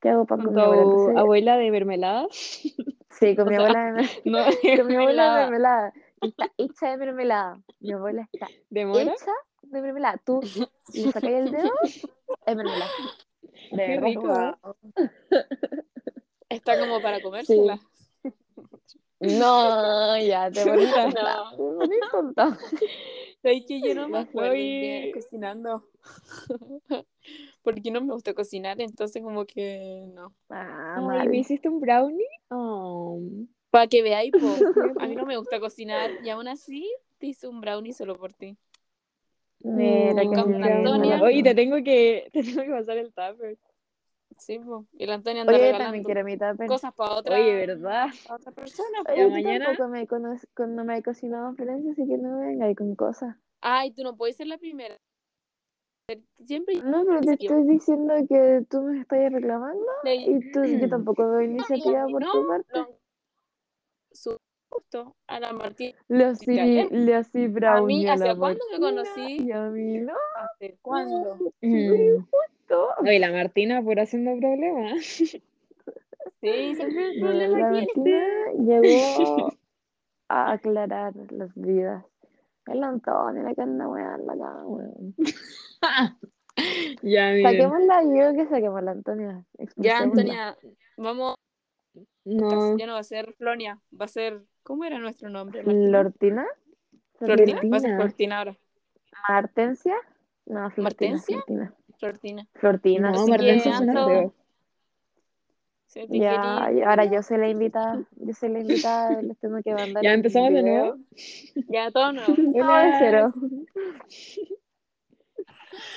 [SPEAKER 1] que hago pan
[SPEAKER 3] ¿Con
[SPEAKER 1] con
[SPEAKER 3] tu
[SPEAKER 1] mi abuela. Entonces,
[SPEAKER 3] abuela de mermeladas?
[SPEAKER 1] sí, con
[SPEAKER 3] O
[SPEAKER 1] mi
[SPEAKER 3] sea,
[SPEAKER 1] abuela de, mer-
[SPEAKER 3] No, de
[SPEAKER 1] con mi abuela de
[SPEAKER 3] mermelada.
[SPEAKER 1] mermelada. que Está hecha de mermelada. Mi abuela está
[SPEAKER 3] ¿De mora?
[SPEAKER 1] hecha de mermelada. Tú le sacas el dedo, es mermelada. De
[SPEAKER 3] Qué
[SPEAKER 1] verdad.
[SPEAKER 3] rico. ¿eh?
[SPEAKER 2] Está como para comérsela.
[SPEAKER 1] No, ya, te pones
[SPEAKER 3] Chuta.
[SPEAKER 1] tonta. Te pones tonta.
[SPEAKER 2] Sabes que yo no me
[SPEAKER 3] La
[SPEAKER 2] acuerdo de
[SPEAKER 3] Chloe.
[SPEAKER 2] cocinando. Porque no me gusta cocinar, entonces como que no.
[SPEAKER 1] Ah,
[SPEAKER 3] Ay, ¿me
[SPEAKER 1] mal.
[SPEAKER 3] hiciste un brownie? Oh.
[SPEAKER 2] Para que veáis, po, a mí no me gusta cocinar y aún así te hice un brownie solo por ti.
[SPEAKER 1] Mira,
[SPEAKER 2] Y
[SPEAKER 1] qué
[SPEAKER 2] con
[SPEAKER 1] genial.
[SPEAKER 2] Antonia.
[SPEAKER 3] Oye, te tengo que, te tengo que pasar el tupper.
[SPEAKER 2] Sí, po. Y la Antonia anda
[SPEAKER 1] Oye, yo también
[SPEAKER 2] regalando
[SPEAKER 1] quiero mi tupper.
[SPEAKER 2] cosas para otra,
[SPEAKER 3] Oye, ¿verdad?
[SPEAKER 2] pa' otra persona. po.
[SPEAKER 1] Oye, tú
[SPEAKER 3] mañana-
[SPEAKER 1] tampoco me conoces, con- no me he cocinado Florencia, así que no me venga ahí con cosas.
[SPEAKER 2] Ay, tú no puedes ser la primera. Siempre
[SPEAKER 1] No, pero te
[SPEAKER 2] Sí, yo-
[SPEAKER 1] estoy diciendo que tú me estás reclamando y tú, yo tampoco veo iniciativa por
[SPEAKER 2] no,
[SPEAKER 1] tu parte.
[SPEAKER 2] lo- su gusto a la Martín.
[SPEAKER 1] Le
[SPEAKER 2] Ya,
[SPEAKER 1] así, le así
[SPEAKER 2] A
[SPEAKER 1] Brown.
[SPEAKER 2] mí,
[SPEAKER 1] a
[SPEAKER 2] ¿hace
[SPEAKER 1] la
[SPEAKER 2] cuándo me conocí?
[SPEAKER 1] Y a mí no.
[SPEAKER 2] ¿Hace cuándo?
[SPEAKER 1] todo.
[SPEAKER 3] Mm. Oye, la Martina por haciendo problemas.
[SPEAKER 2] Sí, siempre el problema
[SPEAKER 1] La
[SPEAKER 2] aquí
[SPEAKER 1] Martina llegó a aclarar las vidas. El Antonio, la que anda weando acá, weón.
[SPEAKER 3] ya, miren.
[SPEAKER 1] Saquémosla yo que saquemos la Antonia.
[SPEAKER 2] Ya,
[SPEAKER 1] expulsémosla.
[SPEAKER 2] Antonia, vamos,
[SPEAKER 3] No.
[SPEAKER 2] ya no va a ser Flonia, va a ser, ¿cómo era nuestro nombre? Martina?
[SPEAKER 1] ¿Flortina?
[SPEAKER 2] Flortina, va a ser
[SPEAKER 3] Flortina.
[SPEAKER 2] Flortina ahora,
[SPEAKER 1] ¿Martencia? No, Flortina.
[SPEAKER 2] ¿Martencia?
[SPEAKER 1] Flortina.
[SPEAKER 2] Flortina.
[SPEAKER 1] Flortina.
[SPEAKER 3] No,
[SPEAKER 1] sí.
[SPEAKER 3] Martencia
[SPEAKER 2] que
[SPEAKER 3] suena
[SPEAKER 2] Anto-
[SPEAKER 3] feo.
[SPEAKER 2] Sí, te
[SPEAKER 1] Ya,
[SPEAKER 2] querí.
[SPEAKER 1] y ahora yo soy la invitada. Yo soy la invitada. Les tengo que mandar.
[SPEAKER 3] Ya
[SPEAKER 1] un
[SPEAKER 3] empezamos de
[SPEAKER 1] video.
[SPEAKER 3] nuevo.
[SPEAKER 2] Ya, todo nuevo.
[SPEAKER 1] No, de
[SPEAKER 3] Hola.
[SPEAKER 1] cero.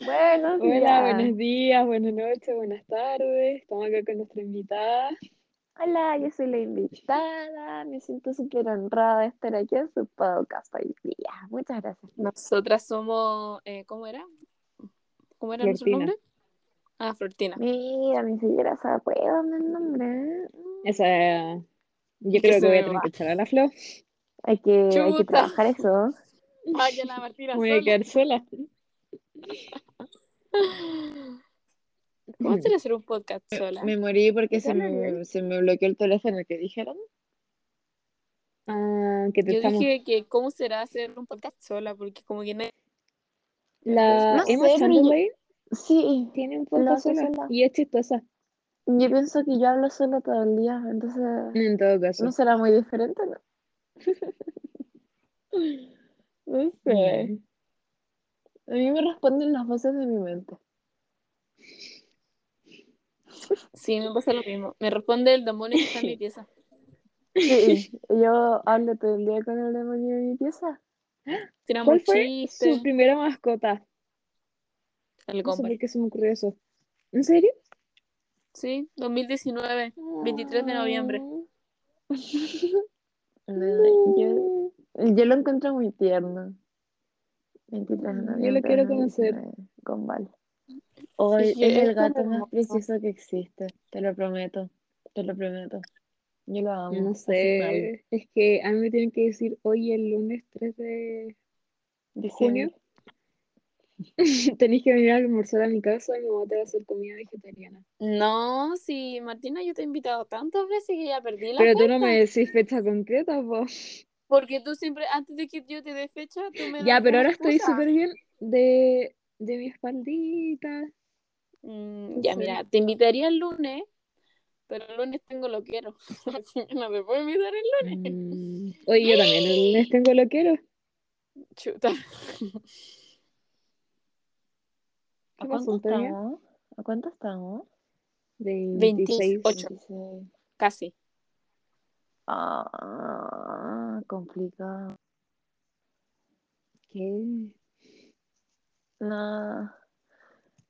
[SPEAKER 1] Bueno, sí,
[SPEAKER 3] Hola,
[SPEAKER 1] ya.
[SPEAKER 3] buenos días, buenas noches, buenas tardes. Estamos acá con nuestra invitada.
[SPEAKER 1] Hola, yo soy la invitada. Me siento súper honrada de estar aquí en su podcast hoy día. Muchas gracias.
[SPEAKER 2] Nosotras somos, eh, ¿cómo era? ¿Cómo era nuestro
[SPEAKER 3] Flortina.
[SPEAKER 2] nombre? Ah, Flortina.
[SPEAKER 1] Mira, ni siquiera se acuerdan el nombre.
[SPEAKER 3] Esa. Yo
[SPEAKER 2] Que
[SPEAKER 3] creo
[SPEAKER 2] se
[SPEAKER 3] que voy a
[SPEAKER 2] me
[SPEAKER 3] tener
[SPEAKER 2] va.
[SPEAKER 3] que echar a la flor.
[SPEAKER 1] Hay que, hay que
[SPEAKER 2] Chuta.
[SPEAKER 1] trabajar eso.
[SPEAKER 2] Ah, ya la Martina
[SPEAKER 3] Voy a
[SPEAKER 2] sola.
[SPEAKER 3] quedar sola.
[SPEAKER 2] ¿Cómo
[SPEAKER 3] Mm.
[SPEAKER 2] hacer hacer un podcast sola?
[SPEAKER 3] Me morí porque
[SPEAKER 1] se me-
[SPEAKER 3] se me bloqueó el teléfono que dijeron. Ah, que te
[SPEAKER 2] Yo
[SPEAKER 3] estamos.
[SPEAKER 2] dije que cómo será hacer un podcast sola, porque como que no
[SPEAKER 3] La
[SPEAKER 1] No
[SPEAKER 3] Emma
[SPEAKER 1] sé, pero yo-
[SPEAKER 3] Chamberlain
[SPEAKER 1] Sí,
[SPEAKER 3] tiene un
[SPEAKER 1] Lo
[SPEAKER 3] podcast
[SPEAKER 1] hace
[SPEAKER 3] sola
[SPEAKER 1] sola.
[SPEAKER 3] y es chistosa.
[SPEAKER 1] yo pienso que yo hablo solo todo el día, entonces
[SPEAKER 3] En todo caso.
[SPEAKER 1] no será muy diferente, ¿no? No sé.
[SPEAKER 3] Mm.
[SPEAKER 1] A mí me responden las voces de mi mente.
[SPEAKER 2] Sí, me pasa lo mismo. Me responde el demonio que está en mi pieza.
[SPEAKER 1] Sí, yo hablo todo el día con el demonio de mi pieza.
[SPEAKER 2] Tiramos
[SPEAKER 3] ¿Cuál fue
[SPEAKER 2] chistes.
[SPEAKER 3] su primera mascota?
[SPEAKER 2] El
[SPEAKER 3] No sé
[SPEAKER 2] Gomber.
[SPEAKER 3] por qué se me ocurrió eso. ¿En serio?
[SPEAKER 2] Sí, 2019, 23 de noviembre.
[SPEAKER 1] No, yo, yo lo encuentro muy tierno. 23 de
[SPEAKER 3] Mm, yo lo
[SPEAKER 1] noviembre
[SPEAKER 3] quiero
[SPEAKER 1] del
[SPEAKER 3] conocer.
[SPEAKER 1] 2019, Con Val. Hoy
[SPEAKER 2] Sí,
[SPEAKER 1] es
[SPEAKER 2] es
[SPEAKER 1] el gato
[SPEAKER 2] como
[SPEAKER 1] más
[SPEAKER 2] hermoso.
[SPEAKER 1] precioso que existe, te lo prometo, te lo prometo. Yo lo amo.
[SPEAKER 3] No
[SPEAKER 1] así fue Val.
[SPEAKER 3] sé. Es que a mí me tienen que decir hoy el lunes 3 de
[SPEAKER 1] Diciembre.
[SPEAKER 3] junio. Tenéis que venir a almorzar a mi casa y mi mamá te va a hacer comida vegetariana.
[SPEAKER 2] No, sí, Martina, yo te he invitado tantas veces que ya perdí la
[SPEAKER 3] Pero tú no
[SPEAKER 2] cuenta.
[SPEAKER 3] me decís fecha concreta, vos.
[SPEAKER 2] Porque tú siempre, antes de que yo te dé fecha, tú me das
[SPEAKER 3] Ya, pero
[SPEAKER 2] una
[SPEAKER 3] ahora estoy
[SPEAKER 2] excusa.
[SPEAKER 3] súper bien de, de mi espaldita.
[SPEAKER 2] Mm, ya,
[SPEAKER 3] Sí.
[SPEAKER 2] mira, te invitaría el lunes, pero el lunes tengo lo quiero. Así que no me puedo invitar el lunes.
[SPEAKER 3] Mm, Oye, yo también el lunes tengo lo quiero.
[SPEAKER 2] Chuta.
[SPEAKER 3] ¿Qué
[SPEAKER 1] ¿A
[SPEAKER 3] pasó,
[SPEAKER 1] cuánto
[SPEAKER 3] Antonia?
[SPEAKER 1] estamos? ¿A cuánto estamos?
[SPEAKER 3] 26.
[SPEAKER 2] 28.
[SPEAKER 1] 26.
[SPEAKER 2] Casi.
[SPEAKER 1] Ah, complicado.
[SPEAKER 3] ¿Qué?
[SPEAKER 1] No.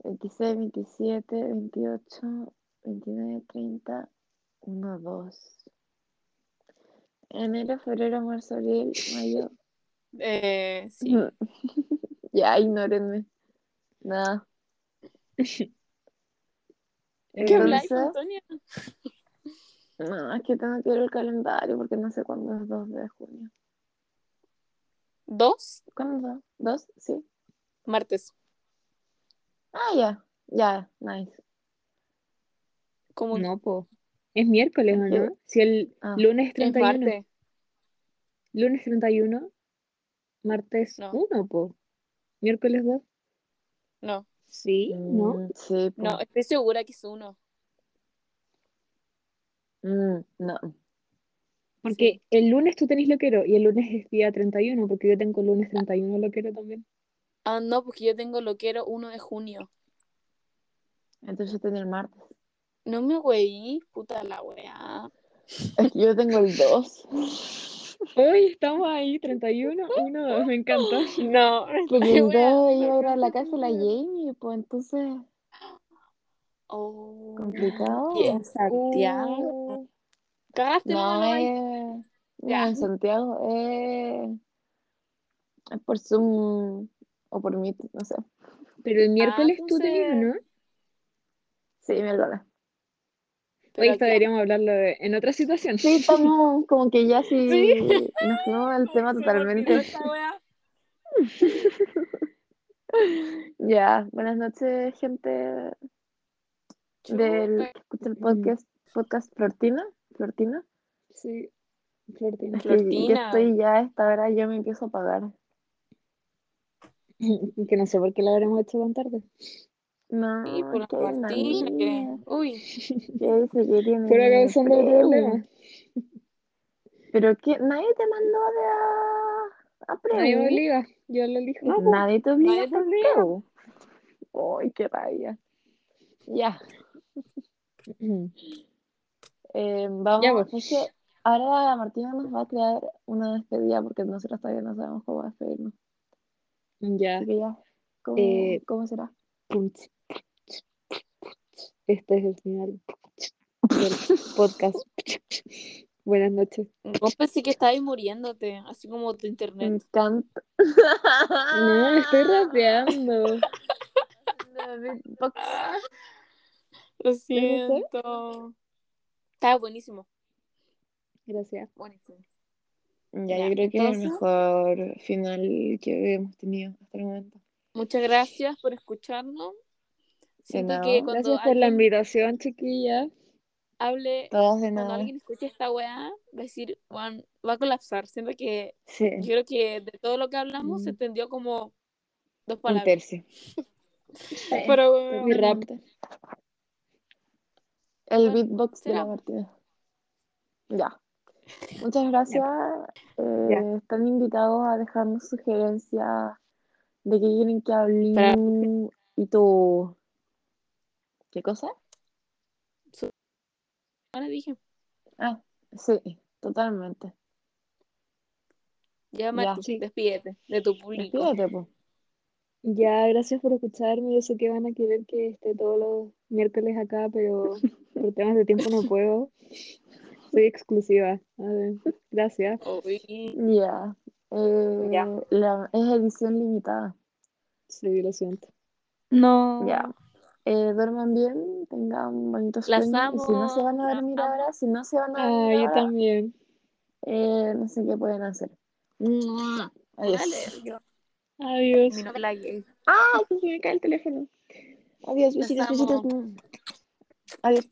[SPEAKER 1] 26, 27, 28, 29, 30, 1, 2. Enero, febrero, marzo, abril, mayo.
[SPEAKER 2] Eh, sí.
[SPEAKER 1] Ya, ignórenme. Nada.
[SPEAKER 2] ¿Qué
[SPEAKER 3] Eh,
[SPEAKER 2] habláis,
[SPEAKER 1] Entonces,
[SPEAKER 2] Antonia?
[SPEAKER 1] no, es que tengo que ver el calendario porque no sé cuándo es 2 de junio.
[SPEAKER 2] ¿Dos?
[SPEAKER 1] ¿Cuándo es 2? ¿2? Sí.
[SPEAKER 2] Martes.
[SPEAKER 1] Ah, ya. Ya, nice.
[SPEAKER 2] Como
[SPEAKER 3] No, po. Es miércoles, ¿o no? Si el
[SPEAKER 1] Ah.
[SPEAKER 3] lunes
[SPEAKER 2] es
[SPEAKER 3] 31.
[SPEAKER 2] martes.
[SPEAKER 3] Lunes 31, martes
[SPEAKER 2] No.
[SPEAKER 3] 1, po. Miércoles 2.
[SPEAKER 2] No,
[SPEAKER 3] Sí, ¿no?
[SPEAKER 1] Mm, sí, po.
[SPEAKER 2] no, estoy segura que es uno.
[SPEAKER 1] Mm, no.
[SPEAKER 3] Porque el lunes tú tenés lo quiero y el lunes es día 31, porque yo tengo el lunes 31 lo quiero también.
[SPEAKER 2] Ah, no, porque yo tengo lo quiero 1 de junio.
[SPEAKER 1] Entonces tenía el martes.
[SPEAKER 2] No me güey, puta la weá.
[SPEAKER 1] Es que yo tengo el 2.
[SPEAKER 3] Hoy estamos ahí, 31, 1, 2, me encanta.
[SPEAKER 2] No,
[SPEAKER 1] Porque el 2
[SPEAKER 2] wea,
[SPEAKER 1] iba a ir a la casa de la Jamie, pues entonces
[SPEAKER 2] Oh,
[SPEAKER 1] complicado.
[SPEAKER 2] y en Santiago.
[SPEAKER 1] Uh,
[SPEAKER 2] Cagaste, no,
[SPEAKER 1] no, eh,
[SPEAKER 2] no, ahí.
[SPEAKER 1] es... no,
[SPEAKER 2] Ya.
[SPEAKER 1] en Santiago es... es por Zoom o por Meet, no sé.
[SPEAKER 3] Pero el miércoles tú
[SPEAKER 2] entonces-
[SPEAKER 3] tenías, ¿no?
[SPEAKER 1] Sí, miércoles.
[SPEAKER 2] Pero
[SPEAKER 3] Hoy
[SPEAKER 2] aquí-
[SPEAKER 3] esto deberíamos hablarlo de- en otra situación.
[SPEAKER 1] Sí, estamos como que ya sí,
[SPEAKER 2] Sí.
[SPEAKER 1] nos fuimos del tema
[SPEAKER 2] Oh, se me olvidó
[SPEAKER 1] totalmente.
[SPEAKER 2] esta wea.
[SPEAKER 1] Ya, buenas noches, gente del
[SPEAKER 2] Chuta.
[SPEAKER 1] que escucha el podcast, podcast Flortina. Flortina.
[SPEAKER 3] Sí, Flortina.
[SPEAKER 1] Es que yo
[SPEAKER 2] Flortina.
[SPEAKER 1] estoy ya a esta hora, yo me empiezo a pagar.
[SPEAKER 3] Que no sé por qué la habremos hecho tan tarde.
[SPEAKER 1] No,
[SPEAKER 2] Sí, por la
[SPEAKER 1] que hay una
[SPEAKER 2] Martina, que.
[SPEAKER 1] niña
[SPEAKER 2] Uy,
[SPEAKER 1] que dice que tiene
[SPEAKER 3] Fuera causando
[SPEAKER 1] preu.
[SPEAKER 3] problemas.
[SPEAKER 1] Pero que nadie te mandó de a, a preu.
[SPEAKER 3] Nadie me obliga, yo lo elijo.
[SPEAKER 2] No, po.
[SPEAKER 1] Nadie te obliga
[SPEAKER 2] Nadie
[SPEAKER 1] a
[SPEAKER 2] te
[SPEAKER 1] hacer
[SPEAKER 2] obliga.
[SPEAKER 1] preu. Ay, qué rabia. Ya. Eh, vamos,
[SPEAKER 3] Ya, pues.
[SPEAKER 1] es que ahora la Martina nos va a crear una despedida porque nosotros todavía no sabemos cómo despedirnos.
[SPEAKER 3] Ya.
[SPEAKER 1] Así que ya, ¿cómo,
[SPEAKER 3] Eh,
[SPEAKER 1] cómo será?
[SPEAKER 3] Este es el final del podcast. Buenas noches.
[SPEAKER 2] vos pensé que estabas muriéndote, así como tu
[SPEAKER 1] Me
[SPEAKER 2] internet.
[SPEAKER 1] encanta.
[SPEAKER 3] No, estoy rapeando.
[SPEAKER 2] Lo
[SPEAKER 3] gustó?
[SPEAKER 2] siento. Estaba buenísimo.
[SPEAKER 3] Gracias.
[SPEAKER 2] Buenísimo.
[SPEAKER 1] Ya,
[SPEAKER 2] Ya,
[SPEAKER 1] yo creo que es el
[SPEAKER 2] entonces-
[SPEAKER 1] mejor final que hemos tenido hasta el momento.
[SPEAKER 2] Muchas gracias por escucharnos. Siento
[SPEAKER 1] nada.
[SPEAKER 2] que cuando
[SPEAKER 3] Gracias por la
[SPEAKER 2] alguien
[SPEAKER 3] invitación, chiquilla.
[SPEAKER 2] hable,
[SPEAKER 1] Todas de
[SPEAKER 2] cuando
[SPEAKER 1] nada.
[SPEAKER 2] alguien escuche esta weá, va a decir, "Weón, va a colapsar. Siento que
[SPEAKER 1] Sí,
[SPEAKER 2] yo creo que de todo lo que hablamos
[SPEAKER 1] Mm.
[SPEAKER 2] se entendió como dos
[SPEAKER 1] un
[SPEAKER 2] palabras.
[SPEAKER 1] tercio.
[SPEAKER 2] Pero weón,
[SPEAKER 3] Mi rap.
[SPEAKER 1] El beatbox de
[SPEAKER 2] será.
[SPEAKER 1] la Martina. Ya. Muchas gracias. Eh,
[SPEAKER 3] Ya.
[SPEAKER 1] Están invitados a dejarnos sugerencias de qué quieren que hablen y todo. ¿Qué cosa?
[SPEAKER 2] ahora dije,
[SPEAKER 1] Ah, sí, totalmente.
[SPEAKER 2] ya Martín,
[SPEAKER 3] sí.
[SPEAKER 2] despídete de tu público.
[SPEAKER 1] Despídete, pues.
[SPEAKER 3] Ya, gracias por escucharme. Yo sé que van a querer que esté todos los miércoles acá, pero por temas de tiempo no puedo. Soy exclusiva. A ver, gracias.
[SPEAKER 2] Uy,
[SPEAKER 1] Ya. Eh,
[SPEAKER 2] Ya.
[SPEAKER 1] la- es edición limitada.
[SPEAKER 3] Sí, lo siento.
[SPEAKER 2] No.
[SPEAKER 1] Ya. Eh, duerman bien, tengan bonitos
[SPEAKER 2] Ah. Las
[SPEAKER 1] sueños. Y si no se
[SPEAKER 2] amo,
[SPEAKER 1] van a
[SPEAKER 2] las
[SPEAKER 1] dormir
[SPEAKER 2] amo.
[SPEAKER 1] ahora, si no se van a
[SPEAKER 3] Ah,
[SPEAKER 1] dormir
[SPEAKER 3] yo
[SPEAKER 1] ahora,
[SPEAKER 3] también.
[SPEAKER 1] eh, no sé qué pueden hacer. Adiós.
[SPEAKER 2] Dale, yo-
[SPEAKER 3] Adiós.
[SPEAKER 2] mi novela gay.
[SPEAKER 1] ¡Ah! Se me cae el teléfono. Adiós,
[SPEAKER 2] Las
[SPEAKER 1] besitos, besitos.
[SPEAKER 2] amo.
[SPEAKER 1] Adiós.